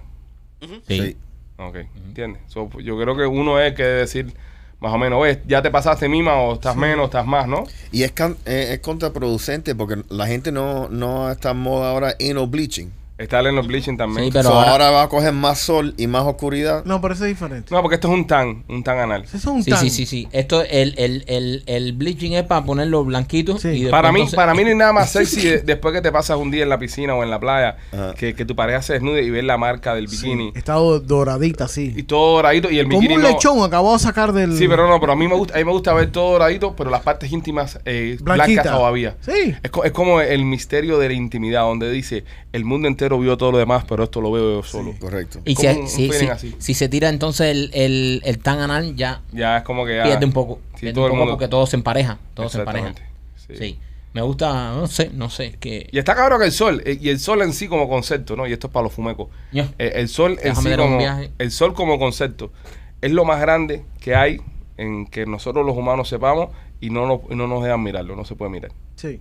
Sí. Ok, ¿entiendes? So, yo creo que uno es que decir, más o menos, oye, ya te pasaste mima o estás menos, estás más, ¿no? Y es, can- eh, es contraproducente porque la gente no, no está en moda ahora en o bleaching. Está en los bleaching también. Sí, pero- So, ahora- ahora, va a coger más sol y más oscuridad. No, pero eso es diferente. No, porque esto es un tan, un tan anal. Eso es un Sí, tan. sí, sí, sí. Esto, el, el, el, el bleaching es para ponerlo blanquito. Sí. y después Para mí, entonces- para mí no hay nada más sexy de- después que te pasas un día en la piscina o en la playa, Ajá. que, que tu pareja se desnude y ver la marca del bikini. Está do- doradita, sí. Y todo doradito y el Como bikini un no- lechón acabado de sacar del. Sí, pero no, pero a mí me gusta, a mí me gusta ver todo doradito, pero las partes íntimas eh, Blanquita. blancas todavía. Sí. Es, co- es como el misterio de la intimidad, donde dice el mundo entero entero vio todo lo demás, pero esto lo veo yo solo. Correcto. Y si, Como un si, si- feeling así. si se tira entonces el, el, el tan anal, ya Ya es como que ah, ya. pierde un poco. Sí, pierde todo un el poco mundo- porque todos se emparejan. Todos se emparejan. Exactamente. Sí. sí. Me gusta, no sé, no sé. Que, Y está cabrón que el sol, eh, y el sol en sí como concepto, ¿no? Y esto es para los fumecos. Ya. Eh, el sol en Déjame sí dar un como, viaje. el sol como concepto es lo más grande que hay en que nosotros los humanos sepamos y no, lo- y no nos dejan mirarlo, no se puede mirar. Sí.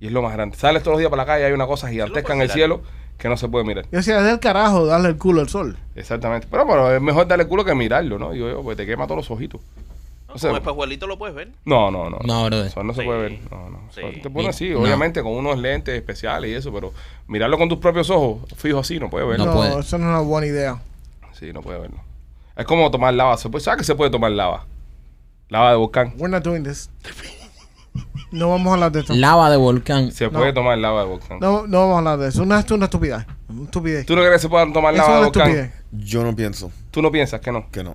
Y es lo más grande. Sales todos los días para la calle, hay una cosa gigantesca en el mirar. cielo que no se puede mirar. Yo decía, es del carajo darle el culo al sol. Exactamente. Pero bueno, es mejor darle culo que mirarlo, ¿no? Digo yo, pues te quema todos los ojitos. No, O sea, como espejuelito lo puedes ver. No, no, no. No, brother. Eso no se Sí. puede ver. No, no. Eso Sí. Te pone así, No. obviamente, con unos lentes especiales y eso, pero mirarlo con tus propios ojos, fijo así, no puede verlo. No puede. eso no es una buena idea. Sí, no puede verlo. Es como tomar lava. Se puede, ¿Sabes que se puede tomar lava? Lava de volcán. We're not doing this. No vamos a hablar de esto. Lava de volcán. Se No. puede tomar lava de volcán. No, no vamos a hablar de eso. Una, esto es una estupidez. Una estupidez. ¿Tú no crees que se puedan tomar Eso es lava de una volcán? estupidez. Yo no pienso Tú no piensas que no. que no.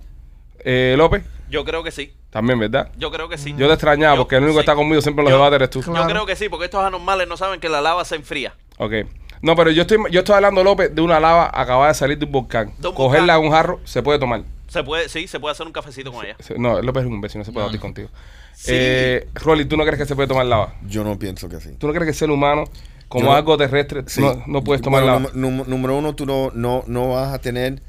Eh, López, Yo creo que sí. también, ¿verdad? Yo creo que sí. Yo te extrañaba Yo- porque el único que sí. está conmigo siempre en los Yo- debates eres tú. Yo Claro. creo que sí, porque estos anormales no saben que la lava se enfría. Ok. No, pero yo estoy, yo estoy hablando, López, de una lava acabada de salir de un volcán. De un Cogerla volcán. en un jarro se puede tomar. Se puede, sí, se puede hacer un cafecito con ella. Se- No, López es un imbécil, no se puede No, batir no. contigo. Sí. Eh, Rolly, ¿tú no crees que se puede tomar lava? Yo no pienso que sí. ¿Tú no crees que el ser humano, como Yo- algo terrestre, Sí. no, no puedes tomar Bueno, lava? num- num- número uno, tú no, no, no vas a tener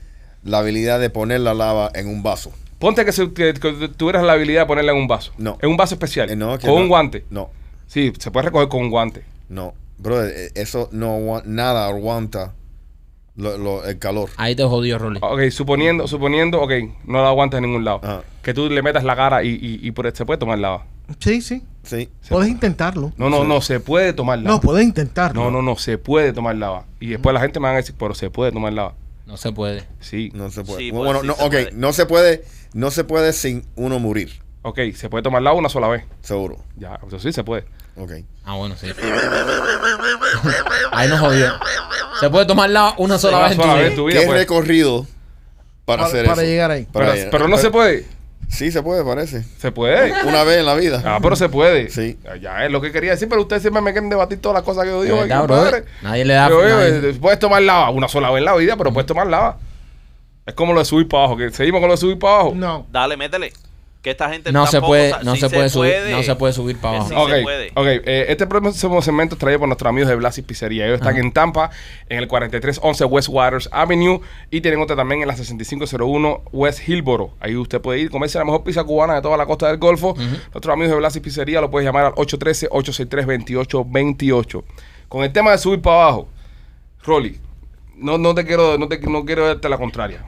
la habilidad de poner la lava en un vaso. Ponte que, se- que- que tuvieras la habilidad de ponerla en un vaso. No. En un vaso especial. Eh, no, que con no. un guante. No, Sí, se puede recoger con un guante. no. Brother, eh, eso no aguan- nada aguanta lo- lo- el calor. Ahí te jodió, Rolly. Ok, suponiendo, suponiendo, ok, no la aguantas en ningún lado. Ajá. Que tú le metas la cara y, y, y por, se puede tomar lava. Sí, sí. Sí. Puedes intentarlo. No, no, no, se puede tomar lava. No, puedes intentarlo. Ah, No, no, no, se puede tomar lava. Y después la gente me va a decir, pero se puede tomar lava. No se puede. Sí. No se puede. Sí, pues, bueno, sí no, se ok, puede. no se puede, no se puede sin uno morir, Ok, se puede tomar lava una sola vez. seguro. Ya, eso sí se puede. Ok. Ah, bueno, sí. Ahí nos jodió. Se puede tomar lava una sola Una vez en tu sola vez vida. en tu vida. ¿Qué pues. recorrido para, Para- hacer para eso? llegar ahí. Pero, Para llegar- pero no se puede. Sí, se puede, parece. Se puede. Una vez en la vida. Ah, pero se puede. Sí. Ya es lo que quería decir, pero ustedes siempre me quieren debatir todas las cosas que yo digo. De verdad, Ay, bro, compadre. nadie le da- Yo, yo, nadie- eh, puedes tomar lava una sola vez en la vida, pero puedes tomar lava. Es como lo de subir para abajo. Que seguimos con lo de subir para abajo. No. Dale, métele. Que esta gente No se tampoco puede, sa- no sí se puede subir, no se puede subir para Que abajo. sí Ok, se puede. ok. eh, este próximo segmento es traído por nuestros amigos de Blasis Pizzería. Ellos están en Tampa, en el 4311 West Waters Avenue y tienen otra también en la 6501 West Hillboro. Ahí usted puede ir, comerse la mejor pizza cubana de toda la costa del Golfo. Nuestros amigos de Blasis Pizzería lo puedes llamar al 813-863-2828. Con el tema de subir para abajo, Rolly, no, no te quiero, no te- no quiero darte la contraria.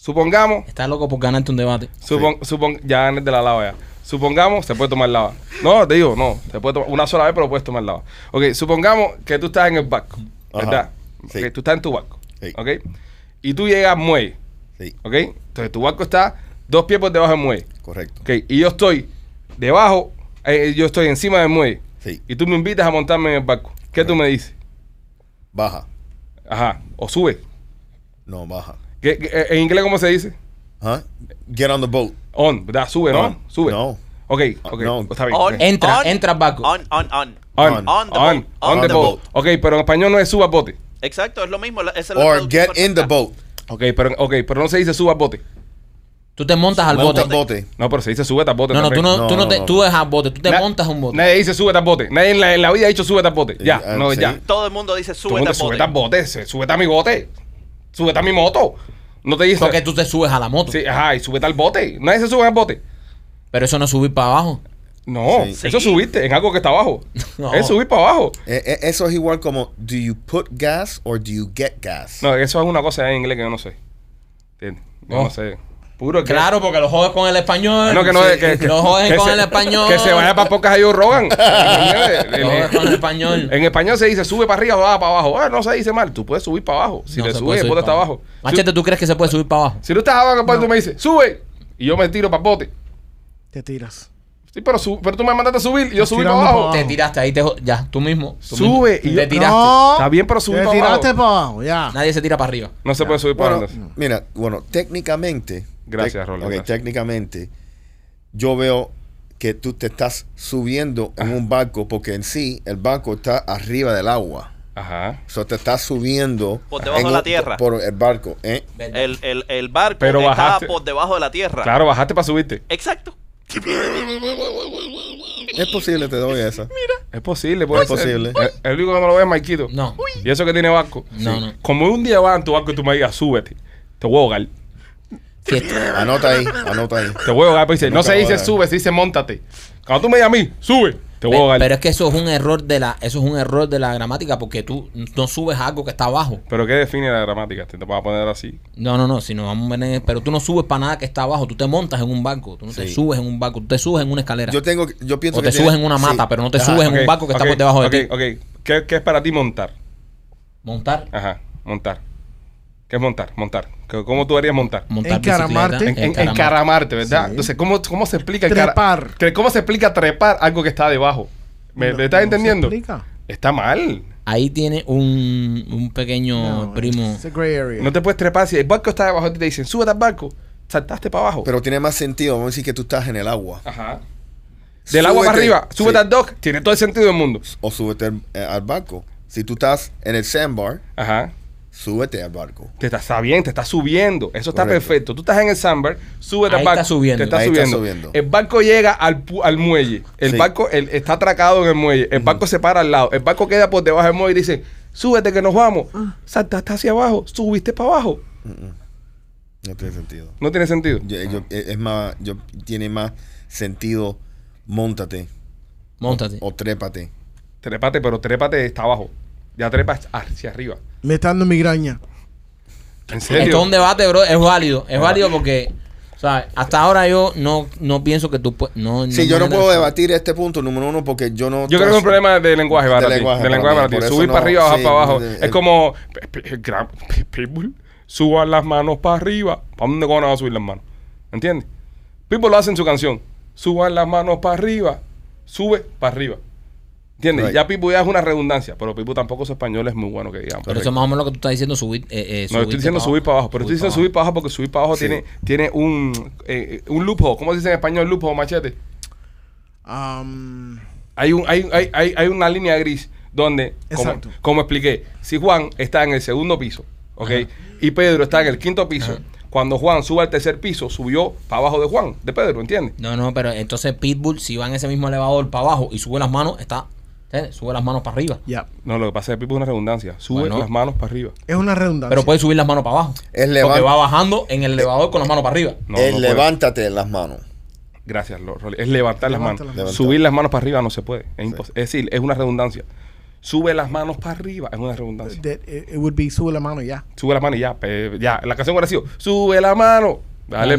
Supongamos Está loco por ganarte un debate. Supon, supon- ya gané de la lava ya. Supongamos, se puede tomar lava. No, te digo, no. Se puede tomar una sola vez, pero puedes tomar lava. Ok, supongamos que tú estás en el barco, Ajá. ¿verdad? Sí. Ok, tú estás en tu barco, Sí. ¿ok? Y tú llegas al muelle, Sí, ¿ok? Entonces tu barco está dos pies por debajo del muelle, correcto. ¿ok? Y yo estoy debajo, eh, yo estoy encima del muelle. Sí. Y tú me invitas a montarme en el barco. ¿Qué tú me dices? Baja. Ajá, o sube. No, baja. ¿Qué- qué- ¿En inglés cómo se dice? Huh? Get on the boat. On, ¿verdad? Sube, No, on, sube. no. Ah, Ok, ok, pues No. está bien. On, Entra, on, entra al barco. On, on, on. On, On. on, On the the on, boat. On the, the boat. Ok, pero en español no es suba al bote. Exacto, es lo mismo. la- esa es la Or traducción get in the perfecta. boat. Ok, pero, ok, pero no se dice suba al bote. Tú te montas al bote. Monta el bote. No, pero se dice sube al bote. No, no, tú también. no, No, tú no, no, te, no. tú dejas bote, tú te Na- montas un bote. ah, Nadie dice sube al bote. Nadie en la, en la vida ha dicho sube al bote. Ya, Eh, no, sí. ya. Todo el mundo dice Todo sube el mundo, al Sube bote. al bote, se- sube a mi bote. Sube a mi moto. No te dice. Porque tú te subes a la moto. Sí, ajá, y sube al bote. Nadie se sube al bote. Pero eso no es subir para abajo. No, Sí. eso es Sí. subirte en algo que está abajo. No. Es subir para abajo. Eh, eh, eso es igual como do you put gas or do you get gas? No, eso es una cosa en inglés que yo no sé. ¿Entiendes? Yo no, No. sé. Puro que- Claro, porque lo jodes con el español. No, que no, Ah, Sí. que, que- lo jodes que con se- el español. Que se vaya para pocas a Joe Rogan. ¿Entiendes? Lo jodes con el español. En español se dice sube para arriba o baja para abajo. Ah, no se dice mal. Tú puedes subir para abajo. Si No le se subes, puede el subir bote para está abajo. Machete, ¿tú crees que se puede subir para abajo? Si, si tú estás abajo, compadre, tú me dices, sube. Y yo me tiro para el bote. Te tiras. Sí, pero, su- pero tú me mandaste a subir y yo Estoy subí para tirando abajo. para abajo. Te tiraste ahí, te jo- ya, tú mismo. tú Sube mismo. y te yo- tiraste. No. Está bien, pero subir Te para tiraste abajo. para abajo, ya. Nadie se tira para arriba. No se puede subir para Bueno, abajo. mira, bueno, técnicamente. Gracias, tec- Rolando, ok, gracias. técnicamente, yo veo que tú te estás subiendo en un barco porque en sí el barco está arriba del agua. Ajá. So, te estás subiendo Por debajo de la un- tierra. por el barco, ¿eh? El, el, el barco Pero está bajaste. por debajo de la tierra. Claro, bajaste para subirte. Exacto. Es posible, te doy esa. Es posible, puede Es ser. posible. El- El único que no lo ve es Marquito. No. Y eso que tiene barco. No, no. Como un día va en tu barco y tú me digas, súbete. Te voy a ahogar. Si est- Anota ahí, anota ahí. Te voy a ahogar. Pero dice, no Nunca se voy a dice ahogar. sube, se dice montate. Cuando tú me digas a mí, sube, te Pe- voy a ahogar. Pero Pero, es que eso es un error de la, eso es un error de la gramática porque tú no subes algo que está abajo. ¿qué define la gramática? Te vas a poner así. No, no, no, si nos vamos a poner- pero tú no subes para nada que está abajo, tú te montas en un barco, tú no te Sí. subes en un barco, tú te subes en una escalera. Yo tengo, yo pienso o te que subes tiene- en una mata, sí. pero no te Ajá. subes en Ok, un barco que ok, está por debajo de ti. Ok, ok. ¿Qué, qué es para ti montar? Montar, Ajá, montar. ¿Qué es montar? Montar. ¿Qué- ¿Cómo tú harías montar? montar Encaramarte. En- bicicleta, en- encaramar- encaramarte, ¿verdad? Entonces, ¿cómo, ¿cómo se explica encara- Trepar. cre- ¿Cómo se explica trepar algo que está debajo? ¿Me, me ¿No estás se entendiendo? explica? Está mal. Ahí tiene un, un pequeño No, primo. it's a gray area. No te puedes trepar. Si el barco está debajo de ti y te dicen, súbete al barco, saltaste para abajo. Pero tiene más sentido, vamos a decir que tú estás en el agua. Ajá. Del agua para Súbete. arriba, súbete Sí. al dock, tiene todo el sentido del mundo. O súbete al, eh, al barco. Si tú estás en el sandbar, Ajá. súbete al barco. Te está, está bien, te está subiendo. Eso está Correcto. perfecto. Tú estás en el sandbar, Ahí súbete al está barco. subiendo. Te está, Ahí está subiendo. subiendo. El barco llega al, pu- al muelle. El Sí. barco el- está atracado en el muelle. El barco se para al lado. El barco queda por debajo del muelle y dice, súbete que nos vamos. Ah. Saltaste hacia abajo, subiste para abajo. No tiene sentido. No tiene sentido. Yo- yo- es es más, yo, tiene más sentido, montate Montate. o trépate. Trépate, pero trépate está abajo. Ya trepas hacia arriba. Me está dando migraña. ¿En Esto es serio? un debate, bro. Es válido. Es válido porque, o sea, hasta ahora yo no, no pienso que tú pue- no, Sí, yo no manera- puedo debatir este punto, número uno, porque yo no... Yo creo que es un problema de lenguaje De para ti. De lenguaje lenguaje, para mí, para ti. por eso Subir no- para arriba, bajar sí, para abajo. de- es como. pe- pe- gran- pe- People, suban las manos para arriba. ¿Para dónde cojones van a subir las manos? ¿Entiendes? People lo hacen en su canción. Suban las manos para arriba. Sube para arriba. ¿Entiendes? Right. Ya People ya es una redundancia. Pero People tampoco su español es muy bueno que digamos. Pero eso es más o menos lo que tú estás diciendo, subir. Eh, eh, No, estoy subirte diciendo pa' subir para abajo, pero estoy diciendo subir pa' para abajo porque subir para abajo Sí. tiene, tiene un, eh, un loophole. ¿Cómo se dice en español loophole, machete? Am, Hay, un, hay, hay, hay, hay una línea gris donde, como, Exacto. como expliqué, si Juan está en el segundo piso, ¿ok? Y Pedro está en el quinto piso, cuando Juan sube al tercer piso, subió para abajo de Juan, de Pedro, ¿entiendes? No, no, pero entonces Pitbull, si va en ese mismo elevador para abajo y sube las manos, está. ¿entiendes? Sube las manos para arriba. ya. No, lo que pasa es que Pipo es una redundancia. Sube Bueno. las manos para arriba. Es una redundancia. Pero puede subir las manos para abajo. Es Porque va levanta, bajando en el elevador con las manos para arriba. No, es no puede. Eh, levántate en las manos. Gracias, Lo- Rolly. Es levantar las Levanta manos. las manos. Subir las manos para arriba no se puede. Es, impos- es decir, es una redundancia. Sube las manos para arriba es una redundancia. That it, it would be sube la mano ya. Sube la mano y ya. pe- ya. La canción hubiera sido, sube la mano. Dale,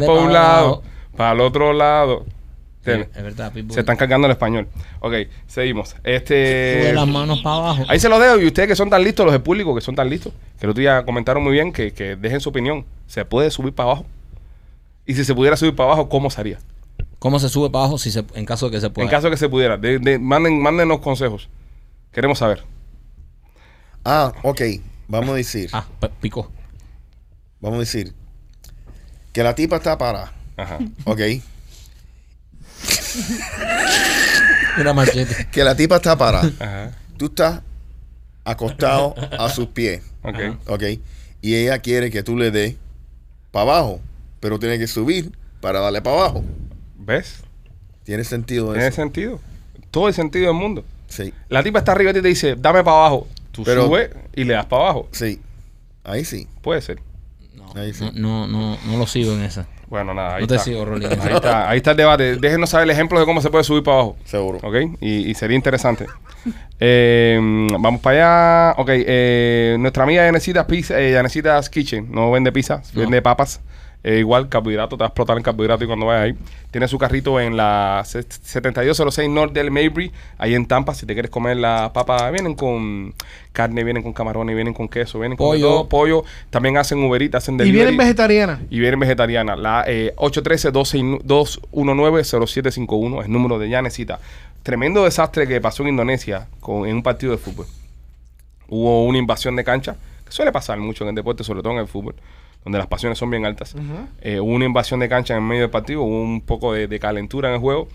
Dale para pa' un un lado, lado. para el otro lado. Sí, ¿Entiendes? es verdad, Pitbull. Se están cargando el español. Ok, seguimos. Este. Sube las manos para abajo. Ahí se los dejo. Y ustedes que son tan listos, los del público que son tan listos, que los ya comentaron muy bien, que, que dejen su opinión. ¿Se puede subir para abajo? Y si se pudiera subir para abajo, ¿cómo sería? ¿Cómo se sube para abajo si se, en caso de que se pueda? En caso de que se pudiera. De, de- manden, mándenos consejos. Queremos saber. Ah, ok. Vamos a decir, Ah, pe- picó. vamos a decir que la tipa está parada, Ajá. ok. Mira, machete. Que la tipa está parada. Ajá. Tú estás acostado a sus pies, Ok. ok. Y ella quiere que tú le des para abajo, pero tiene que subir para darle para abajo. ¿Ves? ¿Tiene sentido Tiene eso? sentido. Todo el sentido del mundo. Sí, La tipa está arriba de ti y te dice, dame para abajo. Tú Pero- subes y le das para abajo. sí. Ahí sí. Puede ser. No, Ahí sí. no, no, no, no lo sigo en esa. Bueno, nada. Ahí No te está. sigo, Rolly. Ahí está, ahí está el debate. Déjenos saber el ejemplo de cómo se puede subir para abajo. Seguro. ¿Ok? Y, y sería interesante. Eh, vamos para allá. Ok. eh, nuestra amiga Yanecita Pizza, eh, Yanecita's Kitchen no vende pizzas, No. vende papas. Eh, igual, carbohidrato, te va a explotar en carbohidrato y cuando vayas ahí. Tiene su carrito en la se- 7206 North del Mabry, ahí en Tampa. Si te quieres comer las papas, vienen con carne, vienen con camarones, vienen con queso, vienen con de Pollo. todo, pollo. También hacen uberita, hacen Y vienen delivery vegetarianas. y vienen vegetariana. La eh, 813-219-0751 es número de Yanecita. Tremendo desastre que pasó en Indonesia con, en un partido de fútbol. Hubo una invasión de cancha, que suele pasar mucho en el deporte, sobre todo en el fútbol, donde las pasiones son bien altas. Eh, hubo una invasión de cancha en medio del partido, hubo un poco de, de calentura en el juego.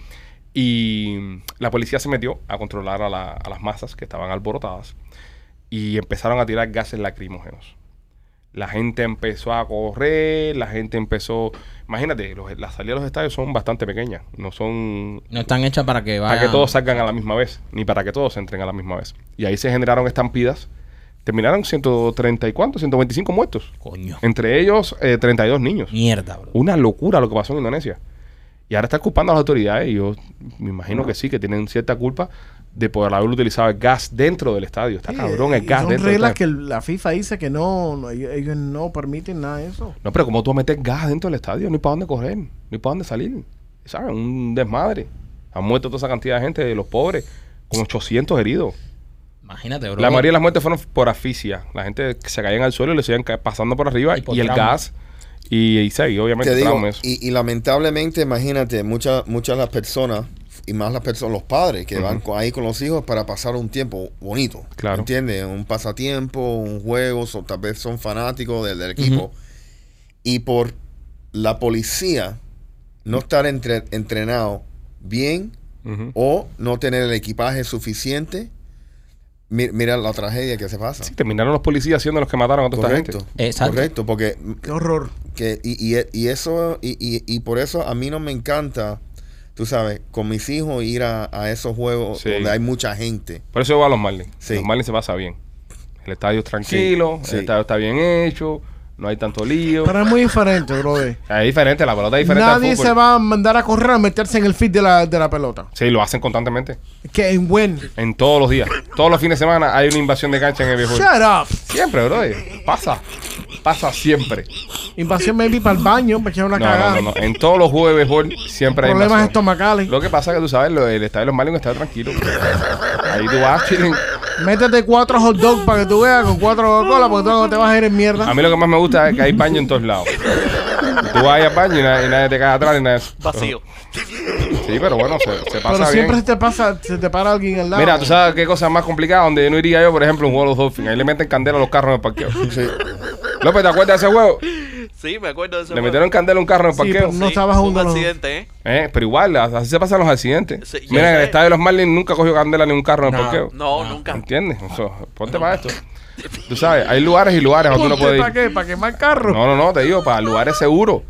Y la policía se metió a controlar a, la- a las masas que estaban alborotadas. y empezaron a tirar gases lacrimógenos. La gente empezó a correr, la gente empezó... Imagínate, los- las salidas de los estadios son bastante pequeñas, no son No están hechas para que vaya. para que todos salgan a la misma vez, ni para que todos entren a la misma vez. Y ahí se generaron estampidas. Terminaron 130 y cuánto, 125 muertos. Coño. Entre ellos, eh, 32 niños. Mierda, bro. Una locura lo que pasó en Indonesia. Y ahora está culpando a las autoridades. Y yo me imagino que sí, que tienen cierta culpa de poder haber utilizado el gas dentro del estadio. Está Sí, cabrón eh, el y gas Son dentro reglas del que estadio. el- la FIFA dice que no, no, ellos, ellos no permiten nada de eso. No, pero ¿cómo tú metes gas dentro del estadio? No hay para dónde correr, no hay para dónde salir. ¿Sabes? Un desmadre. Han muerto toda esa cantidad de gente, los pobres, con 800 heridos. Imagínate, bro. La mayoría de las muertes fueron por asfixia. La gente que se caían al suelo y le seguían ca- pasando por arriba Y y, por el trauma. gas. Y, y sí, obviamente, Te digo, trauma eso. y, y lamentablemente, imagínate, muchas muchas de las personas, y más las personas, los padres que van con- ahí con los hijos para pasar un tiempo bonito. Claro. ¿Entiendes? Un pasatiempo, un juego, so- tal vez son fanáticos del, del equipo. Y por la policía no estar entre- entrenado bien Ujú. o no tener el equipaje suficiente, mi- mira la tragedia que se pasa. Sí, terminaron los policías siendo los que mataron a toda esta Correcto. gente. Exacto. Correcto, porque Qué horror. que y, e, y- y eso y, y- y por eso a mí no me encanta tú sabes con mis hijos ir a, a esos juegos Sí. donde hay mucha gente Por eso yo voy a los Marlins. Sí. Los Marlins se pasa bien. El estadio es tranquilo, Sí. el estadio está bien hecho, no hay tanto lío. Pero es muy diferente, brother. Es diferente, la pelota es diferente al Nadie fútbol. se va a mandar a correr a meterse en el feed de la, de la pelota. Sí, lo hacen constantemente. Que en when. En todos los días. Todos los fines de semana hay una invasión de cancha en el viejo. Shut up. Siempre, bro. eh. Pasa. Pasa siempre. Invasión maybe para el baño, para echar una No, cagada. no, no, no. En todos los juegos de béisbol siempre hay Problemas invasión. estomacales. Lo que pasa es que tú sabes, lo- el estadio de los Marlins está tranquilo. Ahí tú vas, chilling. Métete cuatro hot dogs para que tú veas con cuatro Coca-Cola porque tú no te vas a ir en mierda. A mí lo que más me gusta es que hay baño en todos lados. Tú vas ahí al baño y na- y nadie, te cae atrás ni nada. de eso. Vacío. Sí, pero bueno, se, se pasa Pero siempre bien. se te pasa, se te para alguien al lado. Mira, tú sabes qué cosa más complicada donde yo no iría yo, por ejemplo, un juego de los Dolphins. Ahí le meten candela a los carros en el parqueo. López, ¿te acuerdas de ese juego? Sí, me acuerdo de eso. Le metieron candela a un carro en el Sí, parqueo. pero no estabas un junto a los- accidente, ¿eh? Eh, pero igual, así se pasan los accidentes. Sí, yo Mira, en el sé. estadio de los Marlins nunca cogió candela ni un carro en el No. parqueo. No, nunca. ¿Entiendes? O sea, ponte para esto. Tú sabes, hay lugares y lugares donde tú no puedes ¿Para ir. qué? ¿Para quemar carro? No, no, no, te digo, para lugares seguros.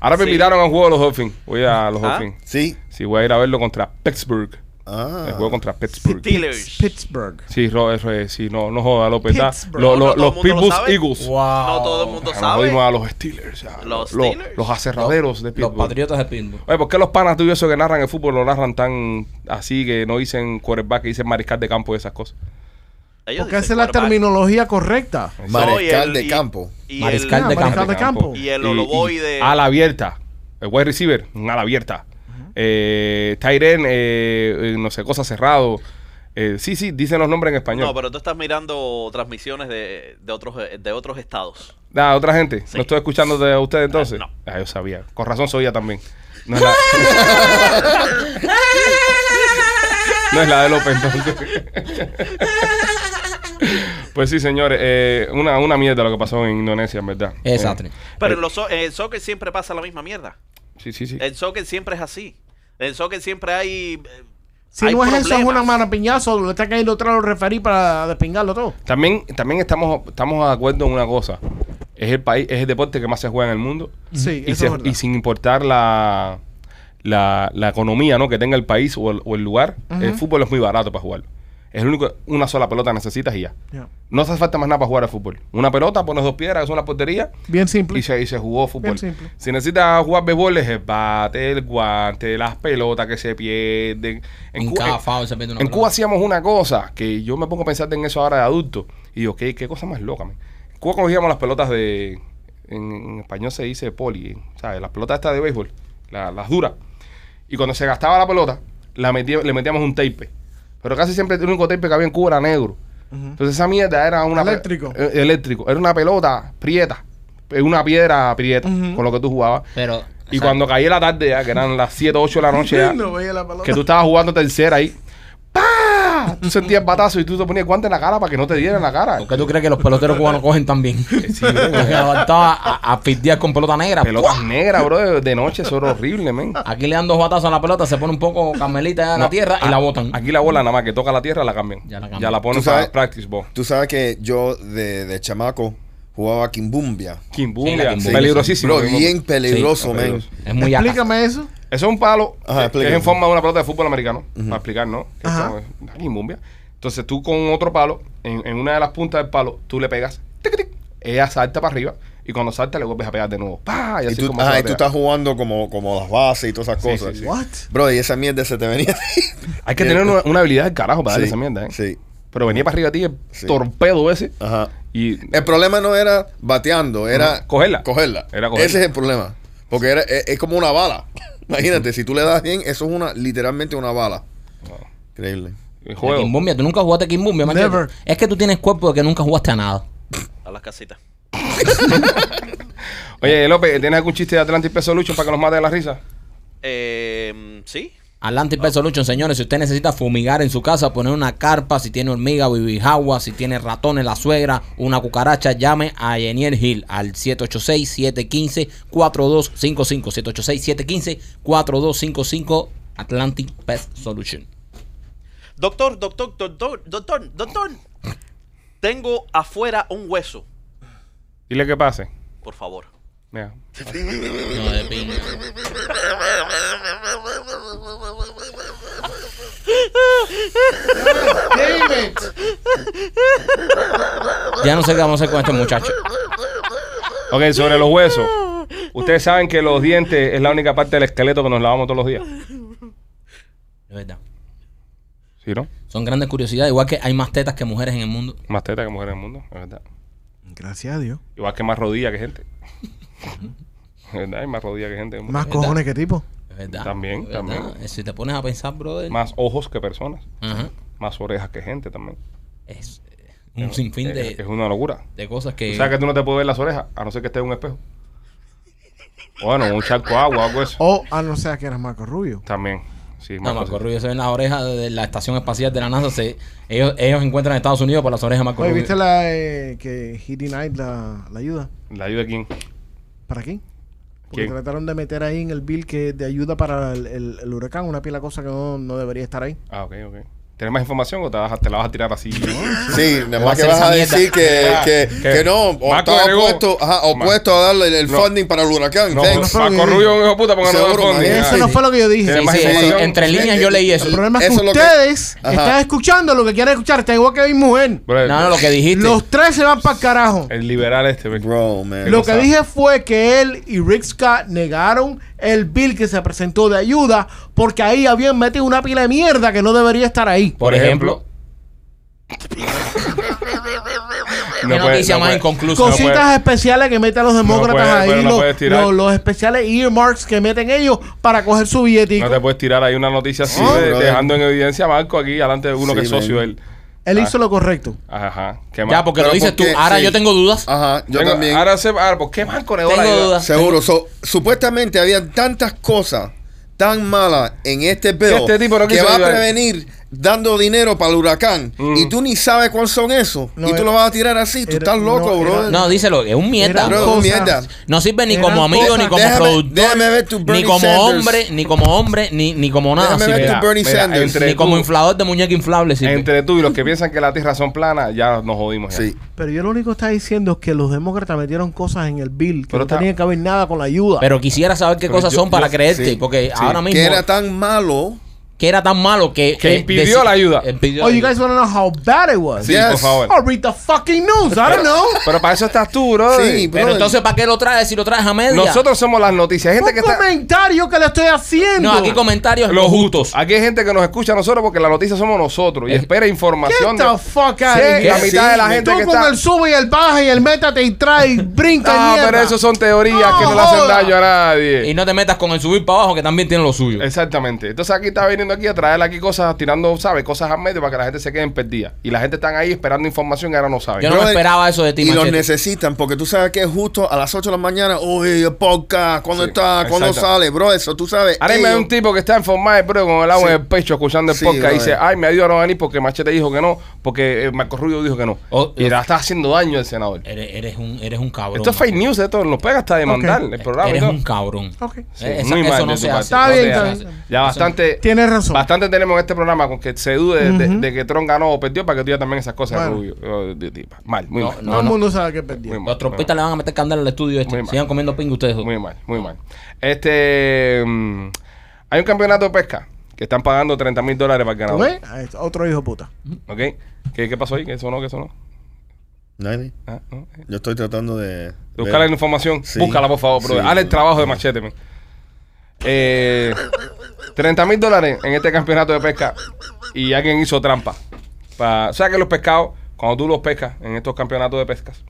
Ahora me Sí. invitaron a un juego de los Dolphins. Voy a los ¿Ah? Dolphins. sí Sí, voy a ir a verlo contra Pittsburgh. ah El juego contra Pittsburgh. Steelers. Pittsburgh. Sí, ro- es- eh, sí, no, no joda, López. ¿verdad? Pittsburgh. Lo- No, lo- no todo los el mundo lo Pittsburgh sabe. Eagles. No todo el mundo Ah, no sabe. jodimos a los Steelers. ya. Los Lo- Steelers. los aserraderos de Los Pittsburgh. patriotas de Pittsburgh. Oye, ¿por qué los panas tuyos esos que narran el fútbol lo narran tan así que no dicen quarterback, que dicen mariscal de campo y esas cosas? Ellos Porque esa dicen es la quarterback. terminología correcta. No, y Mariscal el- de y- campo. y Mariscal Ah, de mariscal campo. de campo. el- Y el obovoide. a la abierta. El wide receiver, un ala abierta. eh, tight end, eh, eh, no sé, cosa cerrado. Eh, sí, sí, dicen los nombres en español. No, pero tú estás mirando transmisiones de, de otros, de otros estados. Nah, Ah, otra gente. Sí. No estoy escuchando de ustedes entonces. no. Ah, yo sabía. Con razón sabía también. No es la, No es la de López entonces. pues sí, señores. eh, una, una mierda lo que pasó en Indonesia, en verdad. Exacto. Eh, Pero en, los, so- en el soccer siempre pasa la misma mierda. sí, sí, sí. El soccer siempre es así. El soccer siempre hay. eh, Si hay no es eso, es problemas. una marapiñazo. Le está cayendo atrás a los referí para despingarlo todo. También, también estamos, estamos de acuerdo en una cosa. Es el país, es el deporte que más se juega en el mundo. Sí, Mm. y, eso se- es verdad. y sin importar la, la, la economía ¿no? que tenga el país o el, o el lugar, el fútbol es muy barato para jugarlo. Es lo único, una sola pelota necesitas y ya. Ya. No hace falta más nada para jugar al fútbol. Una pelota, pones dos piedras, es una portería Bien simple. y se, y se jugó fútbol. Bien simple. Si necesitas jugar béisbol, es el bate, el guante, las pelotas que se pierden. En, En Cu- cada en- foul se mete una en pelota. Cuba hacíamos una cosa que yo me pongo a pensar en eso ahora de adulto. Y digo, ¿qué, qué cosa más loca, man? En Cuba cogíamos las pelotas de. En, en español se dice poli, ¿sabes? Las pelotas estas de béisbol, la- las duras. Y cuando se gastaba la pelota, la metí- le metíamos un tape. Pero casi siempre el único tape que había en Cuba era negro. Entonces esa mierda era una. pe- Eléctrico. eh, eléctrico. Era una pelota prieta. eh, Una piedra prieta Ujú. con lo que tú jugabas. Pero. Y o sea, cuando caía la tarde, ya, que eran las 7, 8 de la noche, ya, No veía la pelota. que tú estabas jugando tercera ahí. ¡Pa! atrás. Tú sentías el batazo y tú te ponías guante en la cara para que no te dieran en la cara. ¿Por qué tú crees que los peloteros cubanos cogen también? Sí, bro. Porque aguantaba a, a pistear con pelota negra. Pelotas negras, bro, de, de noche, eso era horrible, men. Aquí le dan dos batazos a la pelota, se pone un poco carmelita en la No, tierra y a- la botan. Aquí la bola nada más que toca la tierra la cambian. Ya la cambian. ponen Tú sabes- para practice ball. Tú sabes que yo de, de chamaco jugaba Kimbumbia. Sí, la Kimbumbia, Kimbumbia. peligrosísimo. Bro, bien peligroso, Sí, man. peligroso. Es muy acá. Explícame eso. Eso es un palo eh, Ajá, que- que explícame. es en forma de una pelota de fútbol americano, para explicar, ¿no? Que Ajá. esto es una Kimbumbia. Entonces tú con otro palo, en, en una de las puntas del palo, tú le pegas, tic, tic, ella salta para arriba y cuando salta le vuelves a pegar de nuevo. ¡Pah! Y Y así tú, como ajá, se y tú batea. estás jugando como, como las bases y todas esas Sí, cosas. sí, sí. What? Bro, y esa mierda se te venía. Hay que tener una, una habilidad del carajo para darle esa mierda, ¿eh? Sí. Pero venía para arriba a ti el Sí. Eh, torpedo ese Ajá. y El problema no era bateando, era Ujú. Cogerla. cogerla. Era cogerla. Ese es el problema. Porque era, e, es, es como una bala. Imagínate, si tú le das bien, eso es una literalmente una bala. Increíble. el La juego. Kimbumbia, tú nunca jugaste Kimbumbia, machete? Never. Es que tú tienes cuerpo de que nunca jugaste a nada. A las casitas. Oye, López, ¿tienes algún chiste de Atlantic Peso Lucho para que nos mate de la risa? Eh, sí. Atlantic Pet Solution, señores, si usted necesita fumigar en su casa, poner una carpa, si tiene hormiga, bibijagua, si tiene ratones, la suegra, una cucaracha, llame a Yeniel Hill al 786-715-4255. 786-715-4255 Atlantic Pest Solution. Doctor, doctor, doctor, doctor, doctor. Tengo afuera un hueso. Dile que pase. Por favor. Mira. Ya no sé qué vamos a hacer con este muchacho. Ok, sobre los huesos. Ustedes saben que los dientes es la única parte del esqueleto que nos lavamos todos los días. De verdad. ¿Sí, no? Son grandes curiosidades, igual que hay más tetas que mujeres en el mundo. Más teta que mujer en el mundo, es verdad. Gracias a Dios. Igual que más rodilla que gente. Es verdad, hay más rodilla que gente. en el mundo. Más cojones que tipo. Es verdad. También, Es verdad. también. Eh, Si te pones a pensar, brother. Más ojos que personas. Ajá. Más orejas que gente también. Es eh, un sinfín Eh, Es de, una locura. de cosas Tú que. sabes que tú no te puedes ver las orejas a no ser que estés en un espejo. Bueno, un charco de agua, algo de eso. O a no ser que eras Marco Rubio. También. Sí, No, más Marco cosas. Rubio se ven las orejas de la Estación Espacial de la NASA. Se, ellos, ellos encuentran en Estados Unidos por las orejas de Marco Oye, Rubio. ¿viste la eh, que Hitty Knight la, la ayuda? ¿La ayuda de quién? ¿Para quién? Porque ¿Quién? trataron de meter ahí en el bill que de ayuda para el, el- el huracán, una pila de cosas que no, no debería estar ahí. Ah, ok, ok. ¿Tienes más información o te, vas a- te la vas a tirar así? Sí, nada más hacer que vas esa a mierda. decir que, que, ¿Qué? que no, o Marco estaba agregó- opuesto, ajá, opuesto a darle el- el No. funding para el huracán. No, Thanks. Paco Rubio, un hijo de puta, porque no lo Seguro, responde. María. Ah, Eso no fue lo que yo dije. Tiene Sí, más sí, información. en- entre líneas yo leí eso. El problema es que Eso es lo que- ustedes Ajá. están escuchando lo que quieren escuchar. Está igual que mi mujer. Bro, No, no, lo que dijiste. Los tres se van para el carajo. El liberal este. ve. Bro, man. Lo o que sea- dije fue que él y Rick Scott negaron el bill que se presentó de ayuda porque ahí habían metido una pila de mierda que no debería estar ahí. por por ejemplo, ejemplo, ¿qué no puede- noticia no más puede. inconclusa? Cosi- Cositas puede- especiales que meten los demócratas puede- pero ahí, pues, no los- puedes tirar. los, los especiales earmarks que meten ellos para coger su billetico. No te puedes tirar ahí una noticia así, Oh, No, de- brother. dejando en evidencia a Marco aquí, delante de uno Sí, que es socio man. él. Él hizo lo correcto. Ajá, ajá. ¿Qué más? Ya, porque Pero lo dices ¿por qué? tú. Ahora Sí. yo tengo dudas. Ajá, yo Tengo- también. Ahora, se, ahora, ¿por qué Marco negó la tengo ayuda? dudas. Seguro, so- supuestamente había tantas cosas tan malas en este Que pedo este tipo no que quiso va a ayudar. prevenir dando dinero para el huracán Mm. y tú ni sabes cuáles son esos No, y tú era- lo vas a tirar así, tú era- estás loco, no, bro. era- No, díselo, es un mierda. Eran Bro, cosas- mierda. No sirve ni Eran como amigo, ni cosas- como Déjame- productor, déjame ver tu ni Bernie como Sanders. hombre, ni como hombre, ni, ni como nada. Déjame sirve. ver tu Bernie mira, Sanders. entre- ni como tú. inflador de muñeca inflable. sirve. Entre tú y los que piensan que la tierra son planas, ya nos jodimos. ya. Sí. Pero yo lo único que está diciendo es que los demócratas metieron cosas en el bill que Pero no está- tenían que ver nada con la ayuda. Pero quisiera saber qué Pero cosas yo- son para yo- creerte, sí, porque sí. ahora mismo Que era tan malo. tan malo que... Que impidió deci- la ayuda. impidió Oh, la you ayuda. guys wanna know how bad it was? Sí, Yes. por favor. I'll read the fucking news. I don't know. Pero para eso estás tú, bro. Sí, Pero brother. entonces, ¿para qué lo traes si lo traes a media? Nosotros somos las noticias. Hay gente Un que está. comentario que le estoy haciendo. No, aquí comentarios Los Pues los justos. justos. Aquí hay gente que nos escucha a nosotros porque la noticia somos nosotros y espera Get información. de- the fuck out Sí, of here. la mitad de la Tú gente con que está. el sube y el baja y el métate y trae y brinca y Ah, mierda. pero eso son teorías que no le hacen joda. daño a Y nadie. no te metas con el subir para abajo, que también tiene lo suyo. Exactamente. Entonces aquí está viniendo empezando aquí a traer aquí cosas, tirando, ¿sabes? Cosas al medio para que la gente se quede perdida. Y la gente están ahí esperando información y ahora no saben. Yo no me Brother, esperaba eso de ti, Y los Machete. necesitan, porque tú sabes que justo a las 8 de la mañana, oye, el podcast, ¿cuándo Sí, está? ¿Cuándo exacto. sale? Bro, eso tú sabes. Ahora mismo hay un ellos- tipo que está en Fortnite, pero con el agua Sí. en el pecho escuchando el Sí, podcast. Y brother. dice, ay, me ayudaron a venir porque Machete dijo que no, porque eh, Marco Rubio dijo que no. Oh, Eh, y la está haciendo daño el senador. Eres, eres un, eres un cabrón. Esto es fake news, esto nos pega hasta demandar el Eh, programa. y Eres todo. un cabrón. Ok. Sí, Eh, esa- muy mal eso de no tu se parte. hace. Está No bien, te está hagas. bien. Ya bastante. Tienes razón. Bastante tenemos en este programa con que se dude de, Ujú. de que Tron ganó o perdió para que tú ya también esas cosas, Bueno. Rubio. Oh, de- de- Mal, muy No, mal. Todo el mundo sabe que perdí. Muy mal. Los trompistas le van a meter candela al estudio este. Muy mal. Sigan comiendo pingo ustedes dos. Muy mal, muy mal. Este. mm, hay un campeonato de pesca que están pagando 30 mil dólares para el ¿Tú ganador. ves? Ahí está, Otro hijo de puta. ¿Ok? ¿Qué, qué pasó ahí? ¿Qué sonó? ¿Qué sonó? Nadie. Ah, no. eh. Yo estoy tratando de. Buscarle de- la información. Sí. Búscala, por favor, Sí. brother. Haz el trabajo de machete, man. Eh, 30 mil dólares en este campeonato de pesca y alguien hizo trampa. Pa- o sea que los pescados, cuando tú los pescas en estos campeonatos de pescas,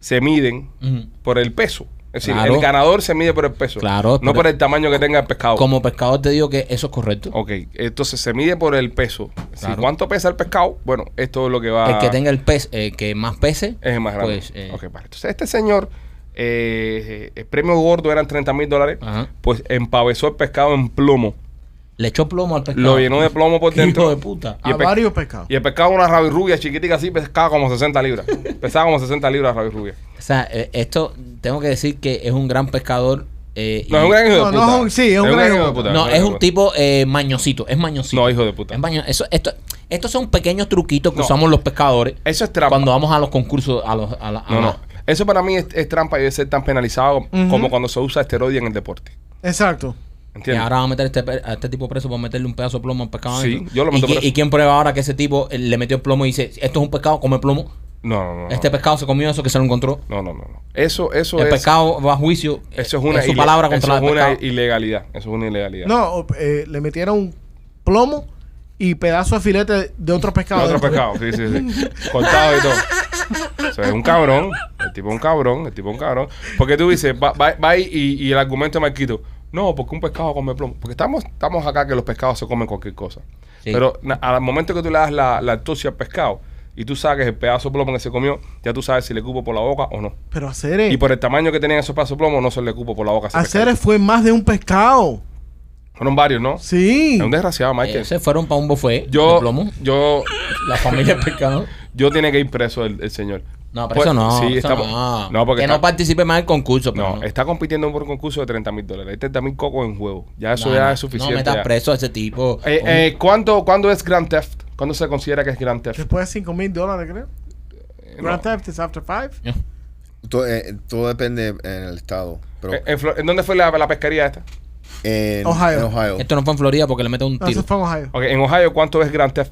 se miden Ujú. por el peso. Es decir, Claro. el ganador se mide por el peso. Claro, No pero- por el tamaño que tenga el pescado. Como pescador te digo que eso es correcto. Ok, entonces se mide por el peso. Si Claro. cuánto pesa el pescado, bueno, esto es lo que va El que tenga el pez, el que más pese, es el más grande. pues, eh, Ok, vale. Entonces, este señor, eh, eh, el premio gordo eran 30 mil dólares, Ajá. pues empavesó el pescado en plomo. le echó plomo al pescado. Lo llenó de plomo por Hijo dentro. de puta. Y A el pe- varios pescados. Y el pescado, una rabirrubia chiquitica así, pescaba como 60 libras. Pesaba como 60 libras la rabirrubia. O sea, eh, esto tengo que decir que es un gran pescador. eh, No, y- es un gran hijo No, de no puta. es un- sí, es un gran hijo de puta. No, es gran hijo un de tipo eh, mañosito, es mañosito. No, hijo de puta. Es maño- eso, esto, estos son pequeños truquitos que No. usamos los pescadores puta. Eso es trampa. cuando vamos a los concursos, a los... A la- a No, la- no. Eso para mí es, es trampa y debe ser tan penalizado Ujú. como cuando se usa esteroide en el deporte. Exacto. Y ¿Entiendes? ahora va a meter este, pe- a este tipo preso por meterle un pedazo de plomo al pescado. Sí, adentro. yo lo meto ¿Y, qui- preso. ¿Y quién prueba ahora que ese tipo eh, le metió el plomo y dice, esto es un pescado, come plomo? No, no, no. no. Este pescado se comió eso que se lo encontró. No, no, no, no. Eso, eso el es. pescado va a juicio. eh, Eso es una, su ile- palabra contra eso el es una pescado. ilegalidad. Eso es una ilegalidad. No, eh, le metieron plomo y pedazo de filete de otro De pescado. otro dentro. pescado, sí, sí, sí. Cortado y todo. O sea, es un cabrón. El tipo es un cabrón. El tipo es un cabrón. Porque tú dices, va, va- va ahí y, y el argumento de Marquito. No, porque un pescado come plomo. Porque estamos, estamos acá que los pescados se comen cualquier cosa. Sí. Pero na- al momento que tú le das la, la autopsia al pescado y tú saques el pedazo de plomo que se comió, ya tú sabes si le cupo por la boca o no. Pero e- Aceres, Y por el tamaño que tenían esos pedazos de plomo, no se le cupo por la boca. a ese Aceres e pescado. fue más de un pescado. Fueron varios, ¿no? Sí. Es un desgraciado, Michael. Eh, se fueron para un buffet de Yo, plomo. yo, La familia del pescado. yo tiene que ir preso el, el señor. No, pero Pues, eso no. sí, eso estamos- no. no, porque que está- no participe más en el concurso. pero No, está compitiendo por un concurso de 30 mil dólares. Hay 30 mil cocos en juego. Ya eso No, ya no, es suficiente. No metas ya. preso a ese tipo. Eh, eh, ¿cuándo, cuándo es Grand Theft? ¿Cuándo se considera que es Grand Theft? Después de 5 mil dólares, creo. Eh, no. Grand Theft is after five. Todo, eh, todo depende en el estado. Pero Eh, en Flor- ¿En dónde fue la, la pesquería esta? en Ohio. en Ohio, Esto no fue en Florida porque le meten un No, tiro. eso fue en Ohio. Ok, en Ohio, ¿cuánto es Grand Theft?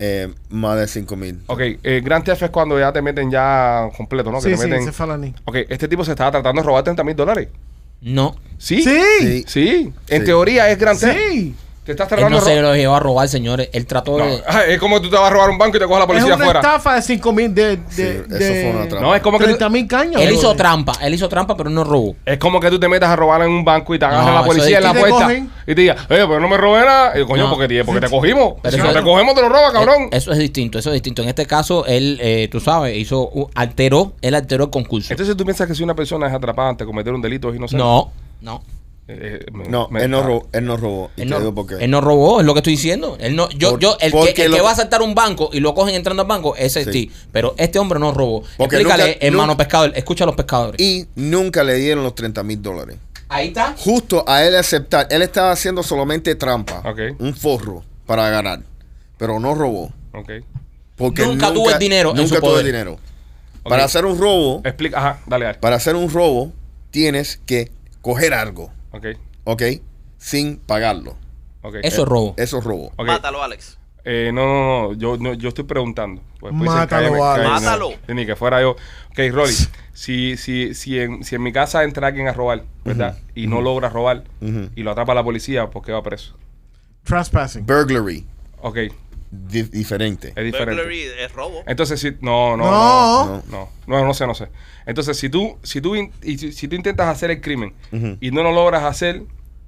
eh, más de 5 mil. Oh, Ok, eh, Grand Theft es cuando ya te meten ya completo, ¿no? Que sí, te sí, meten... ese fue la niña. Ok, este tipo se estaba tratando de robar 30 mil dólares. No. ¿Sí? Sí. Sí. Sí. En Sí. teoría es Grand Theft. Sí. Te estás Él tratando Eh, no eh. se de robar. lo llevó a robar, señores. Él trató de. Ah, es como tú te vas a robar un banco y te coge la Es policía una afuera. estafa de 5 mil. De, de, Sí, eso de fue una trampa. No, es como que. tú- 30 mil cañas. Él hizo brother. trampa. Él hizo trampa, pero no robó. Es como que tú te metas a robar en un banco y te agarra No, la eso policía es- en la y te puerta cogen. y te diga, oye, pero no me robé nada. Y yo, coño, No. porque, te, porque te cogimos. Pero si eso no te es- cogemos, te lo roba, cabrón. Eh, Eso es distinto, eso es distinto. En este caso, él, eh, tú sabes, hizo, u- alteró, él alteró el concurso. Entonces tú piensas que si una persona es atrapada ante cometer un delito es inocente. no, no. Eh, eh, me- No, me- él no robó. Él no robó. Y Él te no, digo por qué. él no robó, es lo que estoy diciendo. Él no, yo, Por- yo, el, que, porque el que lo- va a saltar un banco y lo cogen entrando al banco, ese es Sí. ti. Pero este hombre no robó. Porque Explícale, nunca- hermano nunca- pescador, escucha a los pescadores. Y nunca le dieron los 30 mil dólares. Ahí está. Justo a él aceptar. Él estaba haciendo solamente trampa. Ok. Un forro para ganar. Pero no robó. Ok. Porque Nunca tuvo el dinero en Nunca su tuvo poder. el dinero. Para hacer un robo, Explica, ajá, dale, dale. para hacer un robo, tienes que coger algo, Ok, ¿ok? Sin pagarlo. ok. Eso es robo. Eso es robo. Ok. Mátalo, Alex. Eh, no, no, no, yo, no, yo estoy preguntando. Pues después dicen, Mátalo, cállame, Alex. cállame. Mátalo. Ni que fuera yo. Ok, Rolly, si, si, si, en, si en mi casa entra alguien a robar, ¿verdad? Y no logra robar Ujú. y lo atrapa la policía, ¿por qué va preso? Trespassing. Burglary. Ok, es Di- diferente. diferente. Burglary es robo. Eh. Entonces, si. No, no. No, No. no, no, no, no sé, no sé. Entonces, si tú, si tú, in- y si, si tú intentas hacer el crimen Ujú. y no lo logras hacer,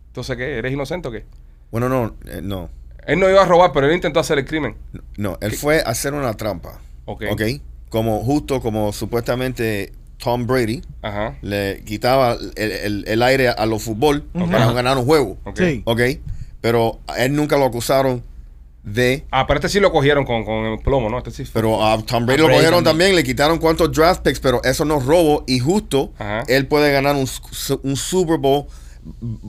entonces, ¿qué? ¿Eres inocente o qué? Bueno, no, eh, no. Él no iba a robar, pero él intentó hacer el crimen. No, él fue a hacer una trampa. Ok. Ok. Como justo como supuestamente Tom Brady Ajá. le quitaba el, el- el aire a los fútbol para ganar un juego. Ok. Sí. Ok. Pero a él nunca lo acusaron de. Ah, pero este sí lo cogieron con, con el plomo, ¿no? Este sí fue. Pero a Tom Brady A lo Brady cogieron también. también. le quitaron cuantos draft picks, pero eso no es robo y justo Ajá. él puede ganar un, su- un Super Bowl.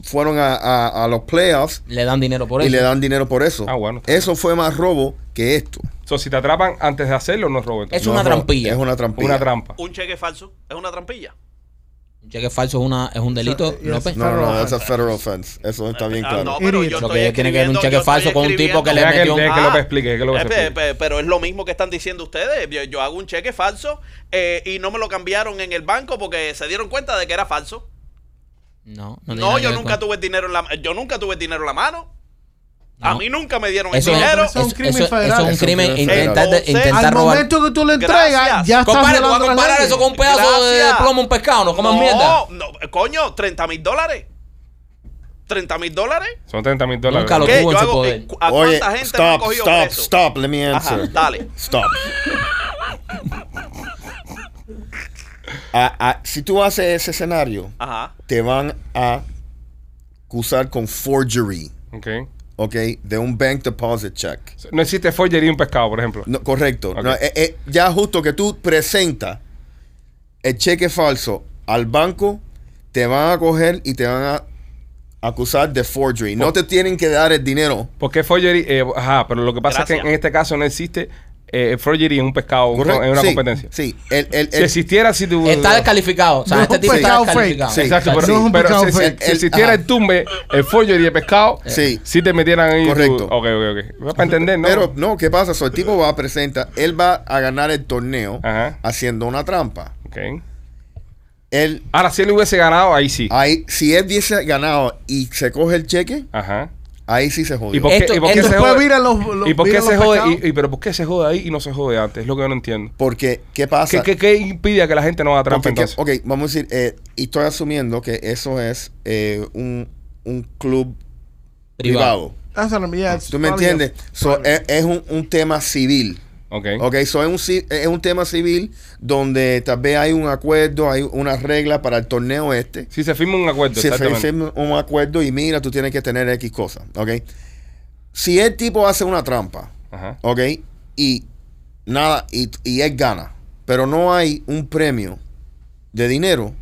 Fueron a, a- a los playoffs Le dan dinero por y eso. le dan dinero por eso. Ah, bueno, está Eso fue más robo que esto. So, si te atrapan antes de hacerlo, no es robo. entonces. Es una robo, trampilla. Es una trampilla. una trampa. Un cheque falso es una trampilla. Un cheque falso es, una, es un delito, Eso- López. No, no, no, Federal es a federal offense. Eso está bien Ah, claro. no, pero yo Lo estoy que tiene que ver un escribiendo- cheque yo estoy falso con un tipo que le escribiendo- Deja que, metió un- deja que Ah, López explique. deja que López eh, pe- explique. pe- pero es lo mismo que están diciendo ustedes. Yo, yo hago un cheque falso eh, y no me lo cambiaron en el banco porque se dieron cuenta de que era falso. No, no, tiene nada No, que yo ver nunca con- tuve el dinero en la yo nunca tuve el dinero en la mano. A No. mí nunca me dieron Eso, el dinero. eso- un crimen eso- eso federal. es un Eso es un crimen crimen intentar, de- federal. intentar Al robar. momento que tú le entregas, Gracias. ya estás Compadre, tú vas a violando las comparar leyes. eso con un pedazo de- de Gracias. plomo, un pescado, no comas no, mierda. no, eh, coño, 30 mil dólares. 30 mil dólares. Son 30 mil dólares. Nunca lo ¿Qué? tuvo en Yo su hago, poder. eh, cu- ¿A Oye, cuánta gente stop, me han cogido stop, preso? stop. Let me Ajá, answer. dale. Stop. Ah, ah, si tú haces ese escenario, Ajá. te van a acusar con forgery, Ok. ¿ok? De un bank deposit check. No existe forgería y un pescado, por ejemplo. No, correcto. Ok. No, eh, eh, ya justo que tú presentas el cheque falso al banco, te van a coger y te van a acusar de forgery. No te tienen que dar el dinero. Porque forgery, eh, ajá, pero lo que pasa es Gracias. que en este caso no existe eh, forgery en un pescado, un- Correcto. en una Sí, competencia. Sí, el, el- Si el- existiera, si tu. Está descalificado. O sea, No, este tipo está pescado descalificado. fake. Sí. Exacto, Exacto. pero, No es un pero pescado si, si- fake. si existiera Ajá. el tumbe, el forgery y el pescado, Sí. si te metieran ahí. tu- Correcto. ok, ok, ok. Para entender, ¿no? pero no, ¿qué pasa? So, el tipo va a presentar, él va a ganar el torneo Ajá. haciendo una trampa. Ok. Él, Ahora, si él hubiese ganado, ahí sí. ahí, si él hubiese ganado y se coge el cheque, Ajá. ahí ahí sí se jodió. ¿Y por qué, Esto- y por qué esto se Después jode? miran los- los- ¿Y por qué miran se los jode? pescados. Y, y- pero ¿por qué se jode ahí y no se jode antes? Es lo que yo no entiendo. Porque, ¿qué pasa? ¿Qué, qué, qué impide a que la gente no haga trampa Porque que- entonces? ok, vamos a decir, eh, y estoy asumiendo que eso es eh, un, un club privado. Hazlo, mira, ¿Tú me está bien. entiendes? So, es es un, un tema civil. Ok. Ok, so es un, ci- es un tema civil donde tal vez hay un acuerdo, hay una regla para el torneo este. Si se firma un acuerdo, Se exactamente. firma un acuerdo y mira, tú tienes que tener X cosas. Ok. Si el tipo hace una trampa, Ajá. ok, y nada, y, y él gana, pero no hay un premio de dinero,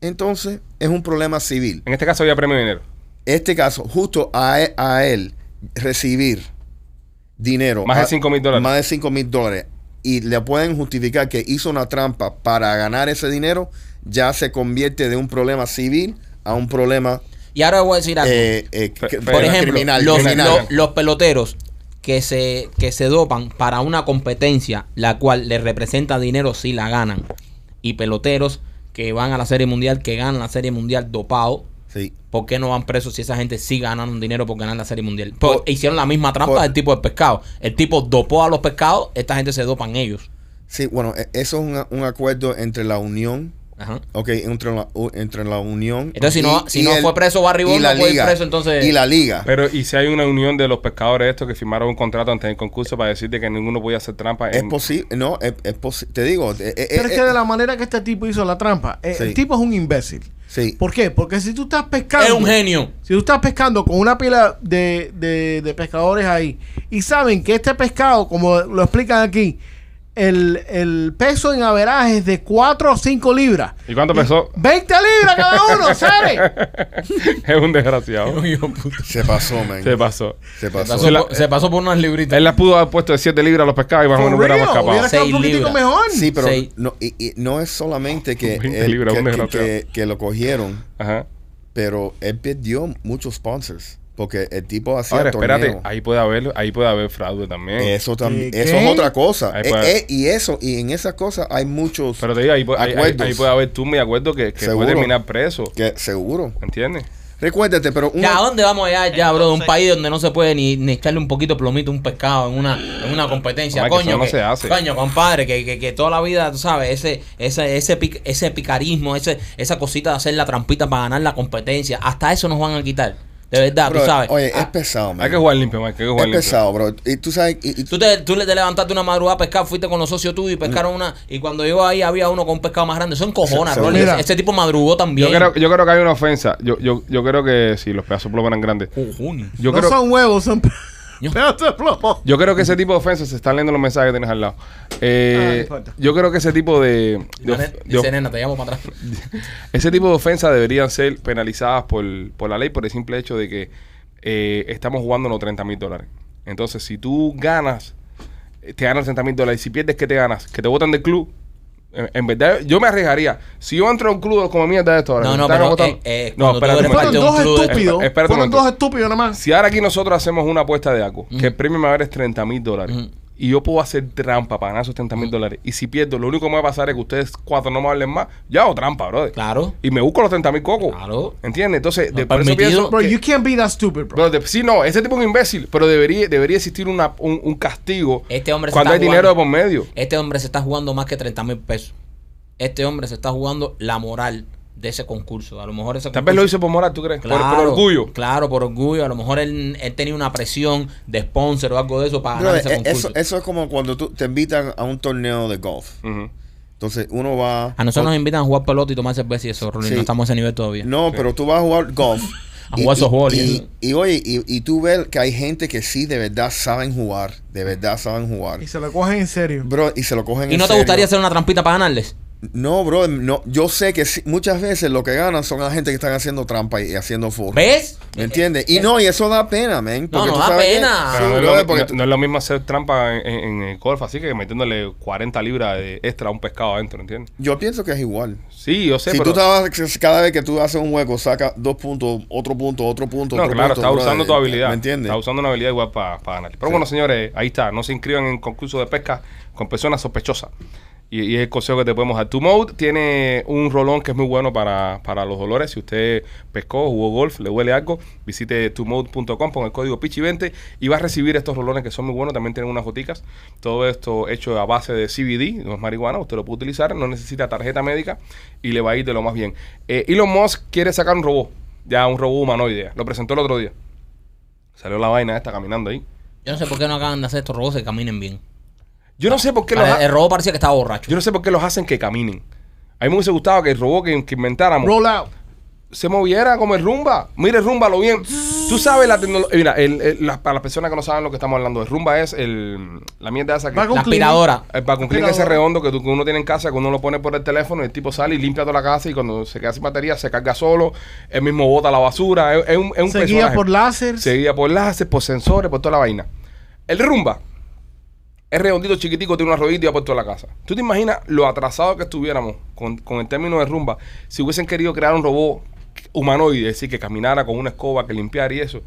entonces es un problema civil. En este caso había premio de dinero. Este caso, justo a e- a él, recibir dinero. Más de a- 5 mil dólares. Más de 5 mil dólares. Y le pueden justificar que hizo una trampa para ganar ese dinero, ya se convierte de un problema civil a un problema Y ahora voy a decir algo. eh, eh, que- Por Por Era ejemplo, criminal. los, criminal. lo- los peloteros que se, que se dopan para una competencia la cual les representa dinero si la ganan. Y peloteros que van a la Serie Mundial, que ganan la Serie Mundial dopado. Sí. ¿Por qué no van presos si esa gente sí ganaron dinero por ganar la Serie Mundial? Por- Por- hicieron la misma trampa por- del tipo de pescado. El tipo dopó a los pescados, esta gente se dopan ellos. Sí, bueno, e- eso es un, un acuerdo entre la Unión, Ajá. ok, entre la, u- entre la Unión. Entonces, si no- si no fue preso Barry y Bonds, la no puede ir liga, preso, entonces- Y la Liga. Pero, ¿y si hay una unión de los pescadores estos que firmaron un contrato antes del concurso para decirte que ninguno podía hacer trampa? es en- posible, no, es, es posi- te digo. eh, eh, Pero es eh, que de la manera que este tipo hizo la trampa, eh, Sí. el tipo es un imbécil. Sí. ¿Por qué? Porque si tú estás pescando. Es un genio. Si tú estás pescando con una pila de, de- de pescadores ahí y saben que este pescado, como lo explican aquí, el, el peso en averaje es de 4 o 5 libras. ¿Y cuánto pesó? 20 libras cada uno, ¿sabes? es un desgraciado. Se pasó, man. Se pasó. Se Se pasó. pasó, por, se pasó por unas libritas. Él las pudo haber puesto de 7 libras a los pescados y más o menos For real, hubiéramos hubiera escapado. estado un Seis poquitico libras. mejor. Sí, pero Sí. no, y, y no es solamente que, 20 él- libras, que- un que- desgraciado. que- que lo cogieron, Ajá. pero él perdió muchos sponsors. Porque el tipo hacía Ahora, espérate. torneo. Ahí puede haber, ahí puede haber fraude también. Eso también, ¿Qué? eso es otra cosa. Ahí Eh, puede- eh, y eso, y en esas cosas hay muchos Pero te digo, ahí, pu- ahí- ahí- acuerdos ahí puede haber tú me acuerdo que, que Seguro. puede terminar preso. que seguro. ¿Entiendes? Recuérdate, pero uno- Ya, ¿a dónde vamos allá, ya, bro? De un Entonces- país donde no se puede ni, ni echarle un poquito de plomito a un pescado en una, en una competencia, Hombre, que coño. eso no que- se hace. Coño, compadre, que, que, que toda la vida, tú sabes, ese, ese, ese, pic- ese picarismo, ese, esa cosita de hacer la trampita para ganar la competencia, hasta eso nos van a quitar. De verdad, Bro, Ah, tú sabes. Oye, es pesado, man. Hay que jugar limpio, Mike. Hay que jugar es limpio. pesado, bro. Y tú sabes. y- y- Tú, te, tú le te levantaste una madrugada a pescar, fuiste con los socios tuyos y Mm. pescaron una. Y cuando llegó ahí había uno con un pescado más grande. Eso encojona, Se- Rolly. mira. Ese tipo madrugó también. Yo creo, yo creo que hay una ofensa. Yo, yo, yo creo que sí, los pedazos de plomo eran grandes. Cojones. Yo, no creo, son huevos, son pe- Yo- pedazos de plomo. yo creo que ese tipo de ofensas se están leyendo los mensajes que tienes al lado. Ah, no Eh, importa. yo creo que ese tipo de, de of- Dice, de of- nena, te llamo para atrás. ese tipo de ofensas deberían ser penalizadas por, por la ley por el simple hecho de que eh, estamos jugando los 30 mil dólares. Entonces, si tú ganas, eh, te ganas 30 mil dólares. Y si pierdes, ¿qué te ganas? Que te votan del club. En, en verdad, yo me arriesgaría. Si yo entro a un club como mierda de esto ahora, No, me no, están pero, votando- eh, eh, no, cuando tú espérate eres un parte Fueron de un momento. dos club de- estúpidos. Esp- espérate un Fueron momento. dos estúpidos nada más. Si ahora aquí nosotros hacemos una apuesta de algo, que el premio mayor es 30 mil dólares, Ujú. y yo puedo hacer trampa para ganar esos 30 mil dólares, y si pierdo, lo único que me va a pasar es que ustedes cuatro no me hablen más, yo hago trampa, brother. Claro. Y me busco los 30 mil cocos. Claro. ¿Entiendes? Entonces, No de, por eso permitido. pienso. Bro, que- you can't be that stupid, bro. Bro, de- sí, no, ese tipo es un imbécil, pero debería, debería existir una, un, un castigo Este hombre se cuando está hay dinero de por jugando. medio. Este hombre se está jugando más que 30 mil pesos. Este hombre se está jugando la moral de ese concurso. A lo mejor ese Tal vez lo concurso- hizo por moral, ¿tú crees? Por- Claro, por, orgullo. Claro, por orgullo. A lo mejor él, él tenía una presión de sponsor o algo de eso para Bro, ganar ese eh, concurso. eso, eso es como cuando tú te invitan a un torneo de golf. Ujú. Entonces uno va. A nosotros nos invitan a jugar pelota y tomar cerveza y eso, Rolly. Sí. No estamos a ese nivel todavía. No, pero tú vas a jugar golf. A jugar Y- softball, y, y- y, y oye, y, y tú ves que hay gente que sí de verdad saben jugar. De verdad saben jugar. Y se lo cogen en serio. Bro, y se lo cogen ¿Y en no te serio. gustaría hacer una trampita para ganarles? No, bro, no, yo sé que sí- muchas veces lo que ganan son la gente que están haciendo trampa y, y haciendo furro. ¿Ves? ¿Me entiendes? Y no, y eso da pena, man. porque no tú da sabes que- pena. Sí, Pero no, es brother, lo, Ah, porque no- tú- no es lo mismo hacer trampa en, en- en el golf, así que metiéndole 40 libras de extra a un pescado adentro, ¿entiendes? yo pienso que es igual. Sí, yo sé, si pero... tú estabas, cada vez que tú haces un hueco, sacas dos puntos, otro punto, otro punto, No, otro claro, punto, está brother. usando tu habilidad. ¿Me entiendes? Está usando una habilidad igual para ganar. Pero Sí. bueno, señores, ahí está. No se inscriban en concurso de pesca con personas sospechosas. Y, y es el consejo que te podemos dar. Tu mode tiene un rolón que es muy bueno para, para los dolores. Si usted pescó, jugó golf, le huele algo, visite tumode.com con el código PICHI20 y va a recibir estos rolones que son muy buenos. También tienen unas goticas. Todo esto hecho a base de CBD, no es marihuana, usted lo puede utilizar, no necesita tarjeta médica y le va a ir de lo más bien. Eh, Elon Musk quiere sacar un robot, ya un robot humanoide. ya. Lo presentó el otro día. Salió la vaina esta caminando ahí. Yo no sé por qué no acaban de hacer estos robots que caminen bien. Yo no sé por qué los Pare- El ha- robot parecía que estaba borracho. yo no sé por qué los hacen que caminen. A mí me hubiese gustado que el robot que, que inventáramos Roll out. se moviera como el rumba. Mire, el rumba, lo bien. Tú sabes la tecnología. Mira, el- el- las- para las personas que no saben lo que estamos hablando, el rumba es el, la mierda esa que. Vacuum La aspiradora. Eh, para cumplir ese redondo que, tú- que uno tiene en casa, que uno lo pone por el teléfono, y el tipo sale y limpia toda la casa y cuando se queda sin batería se carga solo, él mismo bota la basura, es, es un, es un Seguía personaje. por láser. Seguía por láser, por sensores, por toda la vaina. El rumba es redondito, chiquitico, tiene una rodilla y va por toda la casa. ¿Tú te imaginas lo atrasado que estuviéramos con, con el término de rumba si hubiesen querido crear un robot humanoide, es decir, que caminara con una escoba, que limpiara y eso?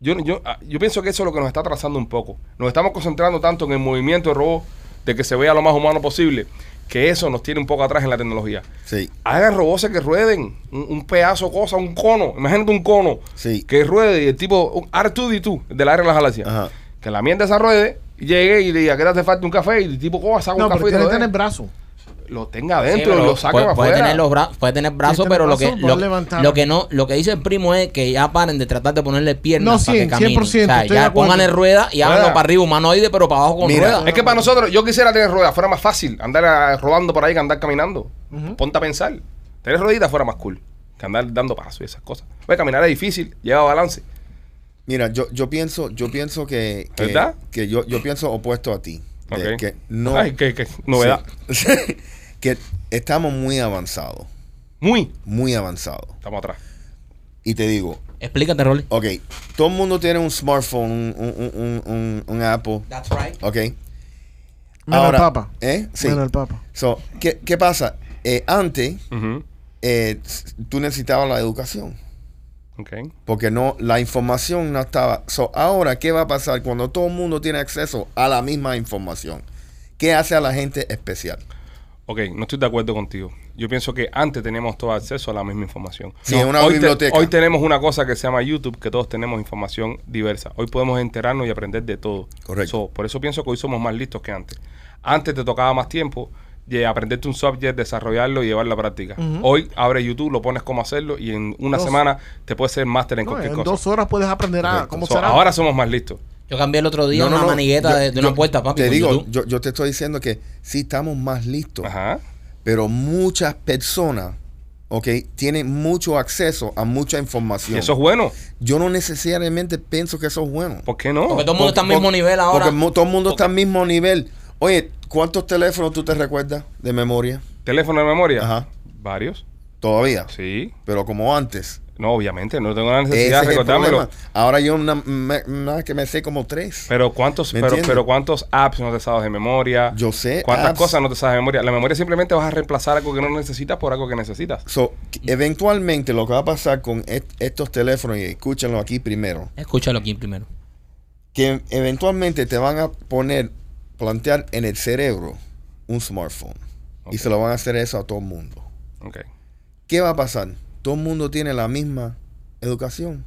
Yo, yo, ah, yo pienso que eso es lo que nos está atrasando un poco. Nos estamos concentrando tanto en el movimiento del robot, de que se vea lo más humano posible, que eso nos tiene un poco atrás en la tecnología. Sí. Hagan robots que rueden, un, un pedazo, cosa, un cono. Imagínate un cono Sí. que ruede y el tipo, un R2D2 del área de las galaxias. Ajá. Que la mierda esa ruede, llegue y le diga que te hace falta un café y el tipo coja, saca No, un pero café y te tiene lo, que tener dé. brazo. lo tenga Sí, adentro pero y lo saca puede, para puede afuera. tener los bra- puede tener brazos, Tiene pero lo que brazos, lo, puede levantar. lo que no, lo que dice el primo es que ya paren de tratar de ponerle piernas No, para que 100%, caminen. O sea, 100%, estoy de ya acuerdo. pónganle ruedas y Rueda. háganlo para arriba humanoide, pero para abajo con Mira, ruedas. Es que para nosotros, yo quisiera tener ruedas, fuera más fácil andar ah, rodando por ahí que andar caminando. Ponte a pensar. Tener rueditas fuera más cool que andar dando pasos y esas cosas. Oye, caminar es difícil, lleva balance. Mira, yo, yo pienso, yo pienso que, que, ¿Verdad? que yo, yo pienso opuesto a ti. De Ok. que no, Ay, qué, qué novedad. Sí. que estamos muy avanzados, Muy. muy avanzados. Estamos atrás. Y te digo, Explícate, Rolly. ok, todo el mundo tiene un smartphone, un, un- un- un- un Apple, That's right. ok. Menos Ahora- el papa. ¿Eh? Sí. Menos el papa. So, ¿qué, qué pasa? Eh, antes, Ujú. eh, s- tú necesitabas la educación. Ok. Porque no, la información no estaba. So, ahora, ¿qué va a pasar cuando todo el mundo tiene acceso a la misma información? ¿Qué hace a la gente especial? Ok, no estoy de acuerdo contigo. Yo pienso que antes teníamos todo acceso a la misma información. Sí, en una hoy biblioteca. hoy tenemos una cosa que se llama YouTube, que todos tenemos información diversa. Hoy podemos enterarnos y aprender de todo. Correcto. So, por eso pienso que hoy somos más listos que antes. Antes te tocaba más tiempo de aprenderte un subject, desarrollarlo y llevarlo a la práctica. Ujú. Hoy abre YouTube, lo pones cómo hacerlo y en una Dos. semana te puedes ser máster en No, cualquier en cosa. dos horas puedes aprender a Correcto. cómo So, será. ahora somos más listos. Yo cambié el otro día una manigueta yo- de, de una yo puerta, papi. Te por digo, YouTube. yo, yo te estoy diciendo que sí estamos más listos, Ajá. pero muchas personas, ¿ok? Tienen mucho acceso a mucha Y información. eso es bueno. Yo no necesariamente pienso que eso es bueno. ¿Por qué no? Porque todo el mundo está al Por- mismo por- nivel ahora. Porque mo- todo el mundo está al mismo nivel. Oye, ¿cuántos teléfonos tú te recuerdas de memoria? ¿Teléfono de memoria? Ajá. Varios. Todavía. Sí. Pero como antes. No, obviamente, no tengo la Ese necesidad es de el recordármelo. problema. Ahora yo na- me- nada que me sé como tres. Pero cuántos, ¿Me pero, entiendes? pero cuántos apps no te sabes de memoria. Yo sé ¿Cuántas apps. cosas no te sabes de memoria? La memoria simplemente vas a reemplazar algo que no necesitas por algo que necesitas. So, que- eventualmente lo que va a pasar con est- estos teléfonos, y escúchenlo aquí primero, Escúchalo aquí primero. que eventualmente te van a poner, plantear en el cerebro un smartphone. Y se lo van a hacer eso a todo el mundo. Ok. ¿Qué va a pasar? Todo el mundo tiene la misma educación.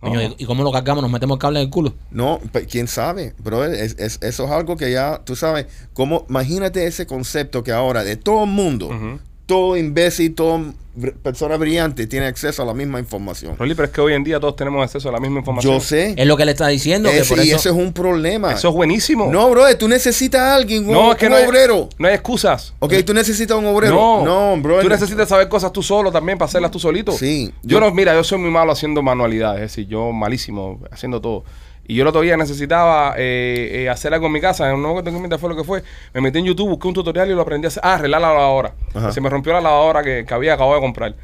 Coño, No. ¿y- ¿y cómo lo cargamos? ¿Nos metemos el cable en el culo? No, pe- quién sabe, pero es- es- eso es algo que ya, tú sabes, como, imagínate ese concepto que ahora de todo el mundo, Ujú. todo imbécil, todo br- persona brillante tiene acceso a la misma información. Rolly, pero es que hoy en día todos tenemos acceso a la misma información. Yo sé, Es lo que le está diciendo. que ese- por y eso, eso es un problema. Eso es buenísimo. no, brother, tú necesitas a alguien, un, No, es que un no hay- obrero. no hay excusas. Ok, tú necesitas un obrero. No, no brother. Tú necesitas saber cosas tú solo también para hacerlas tú solito. Sí. Yo no, mira, yo soy muy malo haciendo manualidades, es decir, yo malísimo haciendo todo. Y yo el otro día necesitaba eh, eh, hacer algo en mi casa, no tengo en mente fue lo que fue. Me metí en YouTube, busqué un tutorial y lo aprendí a hacer. Ah, arreglar la lavadora. Ajá. Se me rompió la lavadora que, que había acabado de comprar.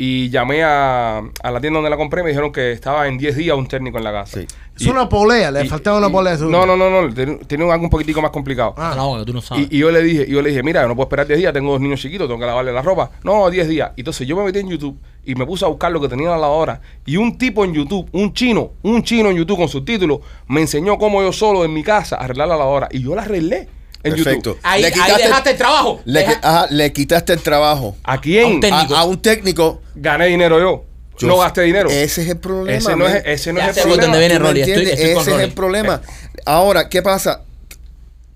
Y llamé a, a la tienda donde la compré y me dijeron que estaba en 10 días un técnico en la casa. Sí. es una polea, le faltaba una polea. No, no, no, no, tiene, tiene algo un poquitico más complicado. Ah. la boca, que tú no sabes. Y, y yo le dije, y yo le dije, mira, yo no puedo esperar 10 días, tengo dos niños chiquitos, tengo que lavarle la ropa. No, 10 días. Entonces yo me metí en YouTube y me puse a buscar lo que tenía en la lavadora. Y un tipo en YouTube, un chino, un chino en YouTube con subtítulos, me enseñó cómo yo solo en mi casa arreglar la lavadora. Y yo la arreglé en Perfecto. YouTube. ahí, le ahí quitaste- dejaste el trabajo. Le, ah. Deja- qui- ajá, le quitaste el trabajo ¿A A quién un técnico. a, a un técnico. gané dinero yo? Yo no sé- gasté dinero. Ese es el problema. Ese no es, man. ese no Ya es sé el por problema. dónde viene. ¿Tú me Rolly, estoy- entiendes? estoy con Ese es Rolly. el problema. Ahora, ¿qué pasa?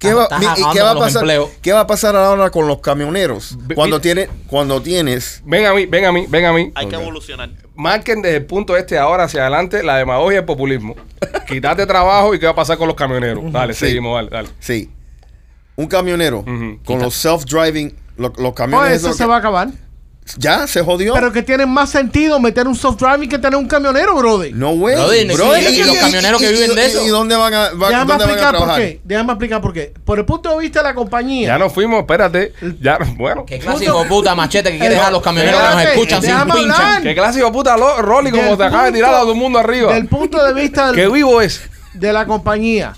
¿Qué Ah, va, estás mi- y ¿qué acabando va a con los pasar? empleos. ¿Qué va a pasar ahora con los camioneros? Ve- Cuando mira. tienes, cuando tienes, Ven a mí, ven a mí, ven a mí. Hay que Ok. evolucionar. Marquen desde el punto este ahora hacia adelante la demagogia y el populismo. Quítate trabajo y qué va a pasar con los camioneros. Dale, Sí. seguimos, dale, dale. sí, un camionero Ujú. con los self-driving, lo- los camiones. Pues eso esos se que- va a acabar. Ya se jodió. Pero que tiene más sentido meter un soft driving que tener un camionero, brother. no güey. Brother, y- Brother, y- y los camioneros que viven de y- eso. ¿Y dónde van a, va- Déjame dónde van a explicar por trabajar? qué. Déjame explicar por qué. Por el punto de vista de la compañía. Ya nos fuimos, espérate. Ya, bueno. Qué clase de puta machete que quiere Eh, dejar a los camioneros que nos espérate, escuchan sin déjame pincha. hablar. Qué clásico puta lo- Rolly, como Del te acaba de tirar a punto- todo el mundo arriba. Del punto de vista del- Qué vivo es. de la compañía.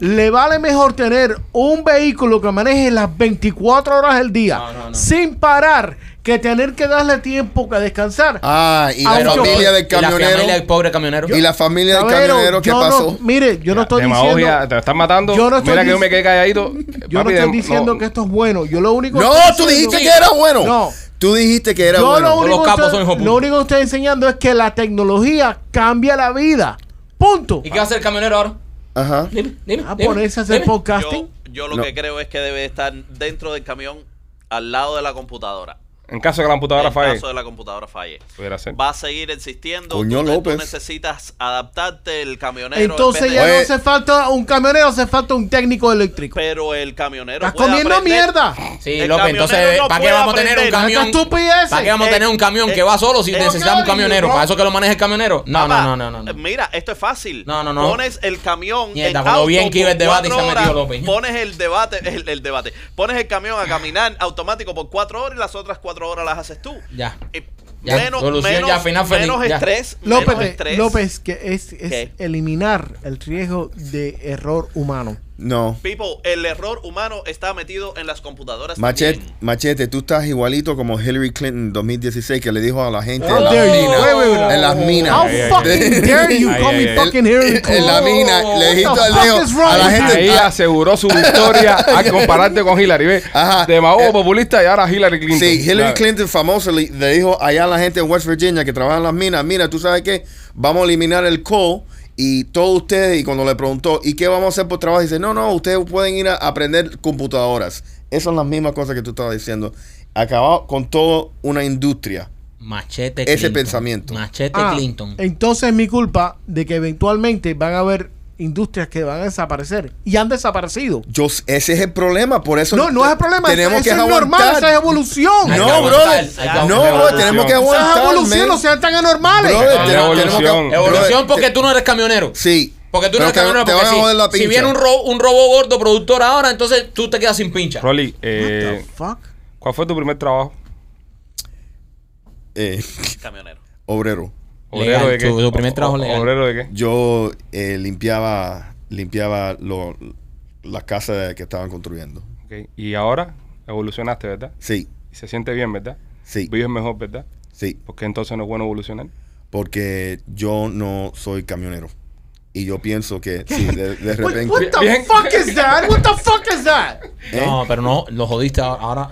Le vale mejor tener un vehículo que maneje las 24 horas del día sin parar que tener que darle tiempo que descansar. Ah, y la Pero- familia del Y la familia camionero. del pobre camionero. Y la familia del Caballero, camionero, ¿qué yo pasó? no- mire, yo no estoy Demagogia, diciendo, te están matando. Yo no estoy Mira que yo me dic- quedé calladito. yo no Papi, estoy de- diciendo no. que esto es bueno. Yo lo único No, estoy tú diciendo- dijiste que era bueno. No. Tú dijiste que era Yo bueno. lo, Todos único los que capos estoy- son hijos de lo puta. único que estoy enseñando es que la tecnología cambia la vida. Punto. ¿Y qué va a hacer el camionero ahora? Ajá. Dime, dime. A dime, ponerse a hacer dime. podcasting. Yo, yo lo No. que creo es que debe estar dentro del camión, al lado de la computadora. En caso de que la computadora En falle. caso de la computadora falle. Pudiera ser. Va a seguir existiendo. Coño, tú, te- tú López. necesitas adaptarte el camionero. Entonces depende- ya no Oye. hace falta un camionero, hace falta un técnico eléctrico. Pero el camionero. Estás puede comiendo aprender. mierda. Sí, El López, camionero entonces, no ¿para qué puede vamos a tener un aprender. camión? Esta estupidez. ¿Para qué vamos a Eh, tener un camión que eh, va solo si eh, necesitamos un Octavio, camionero? no. ¿Para eso que lo maneje el camionero? No, Papá, eh, no, no, no. no. Mira, esto es fácil. No, no, no. Pones el camión. Mierda, en cuando auto bien que iba el por debate y se cuatro metió horas, López. Pones el debate, el, el debate. Pones el camión a caminar automático por cuatro horas y las otras cuatro horas las haces tú. Ya. Eh, Ya, menos, solución, menos, ya, final feliz, menos ya. estrés. López, eh, menos estrés. López, que es, es ¿Qué? eliminar el riesgo de error humano. No. People, el error humano está metido en las computadoras. Machete, también. machete, tú estás igualito como Hillary Clinton en 2016 que le dijo a la gente How en, las dare you. minas, Wait, wait, wait. en las minas. How ay, ay. fucking dare you Ay, call ay, me ay. fucking Hillary En la Clinton? mina le dijiste What al the dejo fuck is wrong a la with gente. Ahí ah, aseguró su victoria al compararte con Hillary. ¿ves? Ajá. Demagogo Eh, populista y ahora Hillary Clinton. sí, Hillary ¿sabes? Clinton famoso le, le dijo allá a la gente en West Virginia que trabaja en las minas, mira, tú sabes qué, vamos a eliminar el coal y todos ustedes, y cuando le preguntó, ¿y qué vamos a hacer por trabajo? Dice, no, no, ustedes pueden ir a aprender computadoras. Esas son las mismas cosas que tú estabas diciendo. Acabado con toda una industria. Machete Ese pensamiento. Machete Ah, Clinton. Entonces es mi culpa de que eventualmente van a haber industrias que van a desaparecer y han desaparecido. Yo, s- ese es el problema, por eso No, no es el problema. Tenemos eso que es aguantar. normal, esa es Hay evolución. que No, bro. aguantar, hay que No, aguantar. bro, tenemos que aguantar. Esa es evolución, man. no sean tan anormales. Brother, Ah, te- tenemos que- evolución. Evolución brother, porque te- tú no eres camionero. Sí. Porque tú Pero no eres te- camionero. te porque van a si- joder la si, pincha. viene un, ro- un robo gordo productor ahora, entonces tú te quedas sin pincha. Rolly, What the eh, fuck? ¿cuál fue tu primer trabajo? Eh, Camionero. obrero. ¿Obrero Legal, de qué? tu- tu primer trabajo legal. ¿Obrero de qué? Yo eh, limpiaba limpiaba lo- las casas que estaban construyendo. Ok. Y ahora evolucionaste, ¿verdad? Sí, Y se siente bien, ¿verdad? sí, Vives mejor, ¿verdad? sí. ¿Por qué entonces no es bueno evolucionar? Porque yo no soy camionero. Y yo pienso que sí, de, de What, repente. what the Bien. fuck is that? What the fuck is that? ¿eh? No, pero no, lo jodiste ahora. ahora.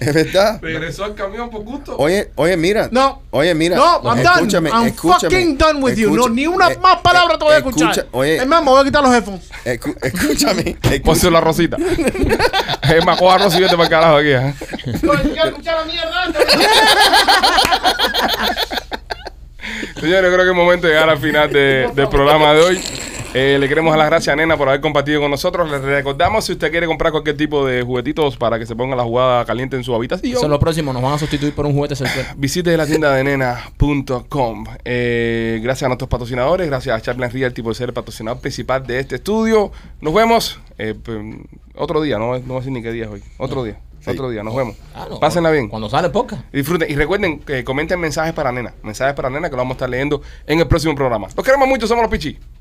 Es verdad. Regresó al camión por gusto. Oye, oye, mira. No. Oye, mira. No, I'm done. escúchame, I'm escúchame, fucking done with you. No, escucha- ni una eh, más palabra te voy a escucha- escuchar. Oye, Es más, Pues me voy a quitar los headphones. escu- escúchame. Pónselo la Rosita. es más, coja a Rosy y vete para el carajo aquí. ¿eh? ajá. Quiero escuchar la mierda. Señores, creo que es momento de llegar al final de- del programa de hoy. Eh, le queremos dar las gracias a Nena por haber compartido con nosotros. Les recordamos si usted quiere comprar cualquier tipo de juguetitos para que se ponga la jugada caliente en su ¿Eh? Eso es habitación. lo próximo, nos van a sustituir por un juguete sexual. Visite la tienda de nena.com. Eh, gracias a nuestros patrocinadores, gracias a Charles Realty por ser el patrocinador principal de este estudio. Nos vemos eh, p- otro día, no, no voy a decir ni qué día es hoy. Otro día, otro día, nos vemos. Ah, no, Pásenla bien. Cuando sale poca. Disfruten y recuerden que comenten mensajes para nena, mensajes para nena que lo vamos a estar leyendo en el próximo programa. Los queremos mucho, somos los Pichis.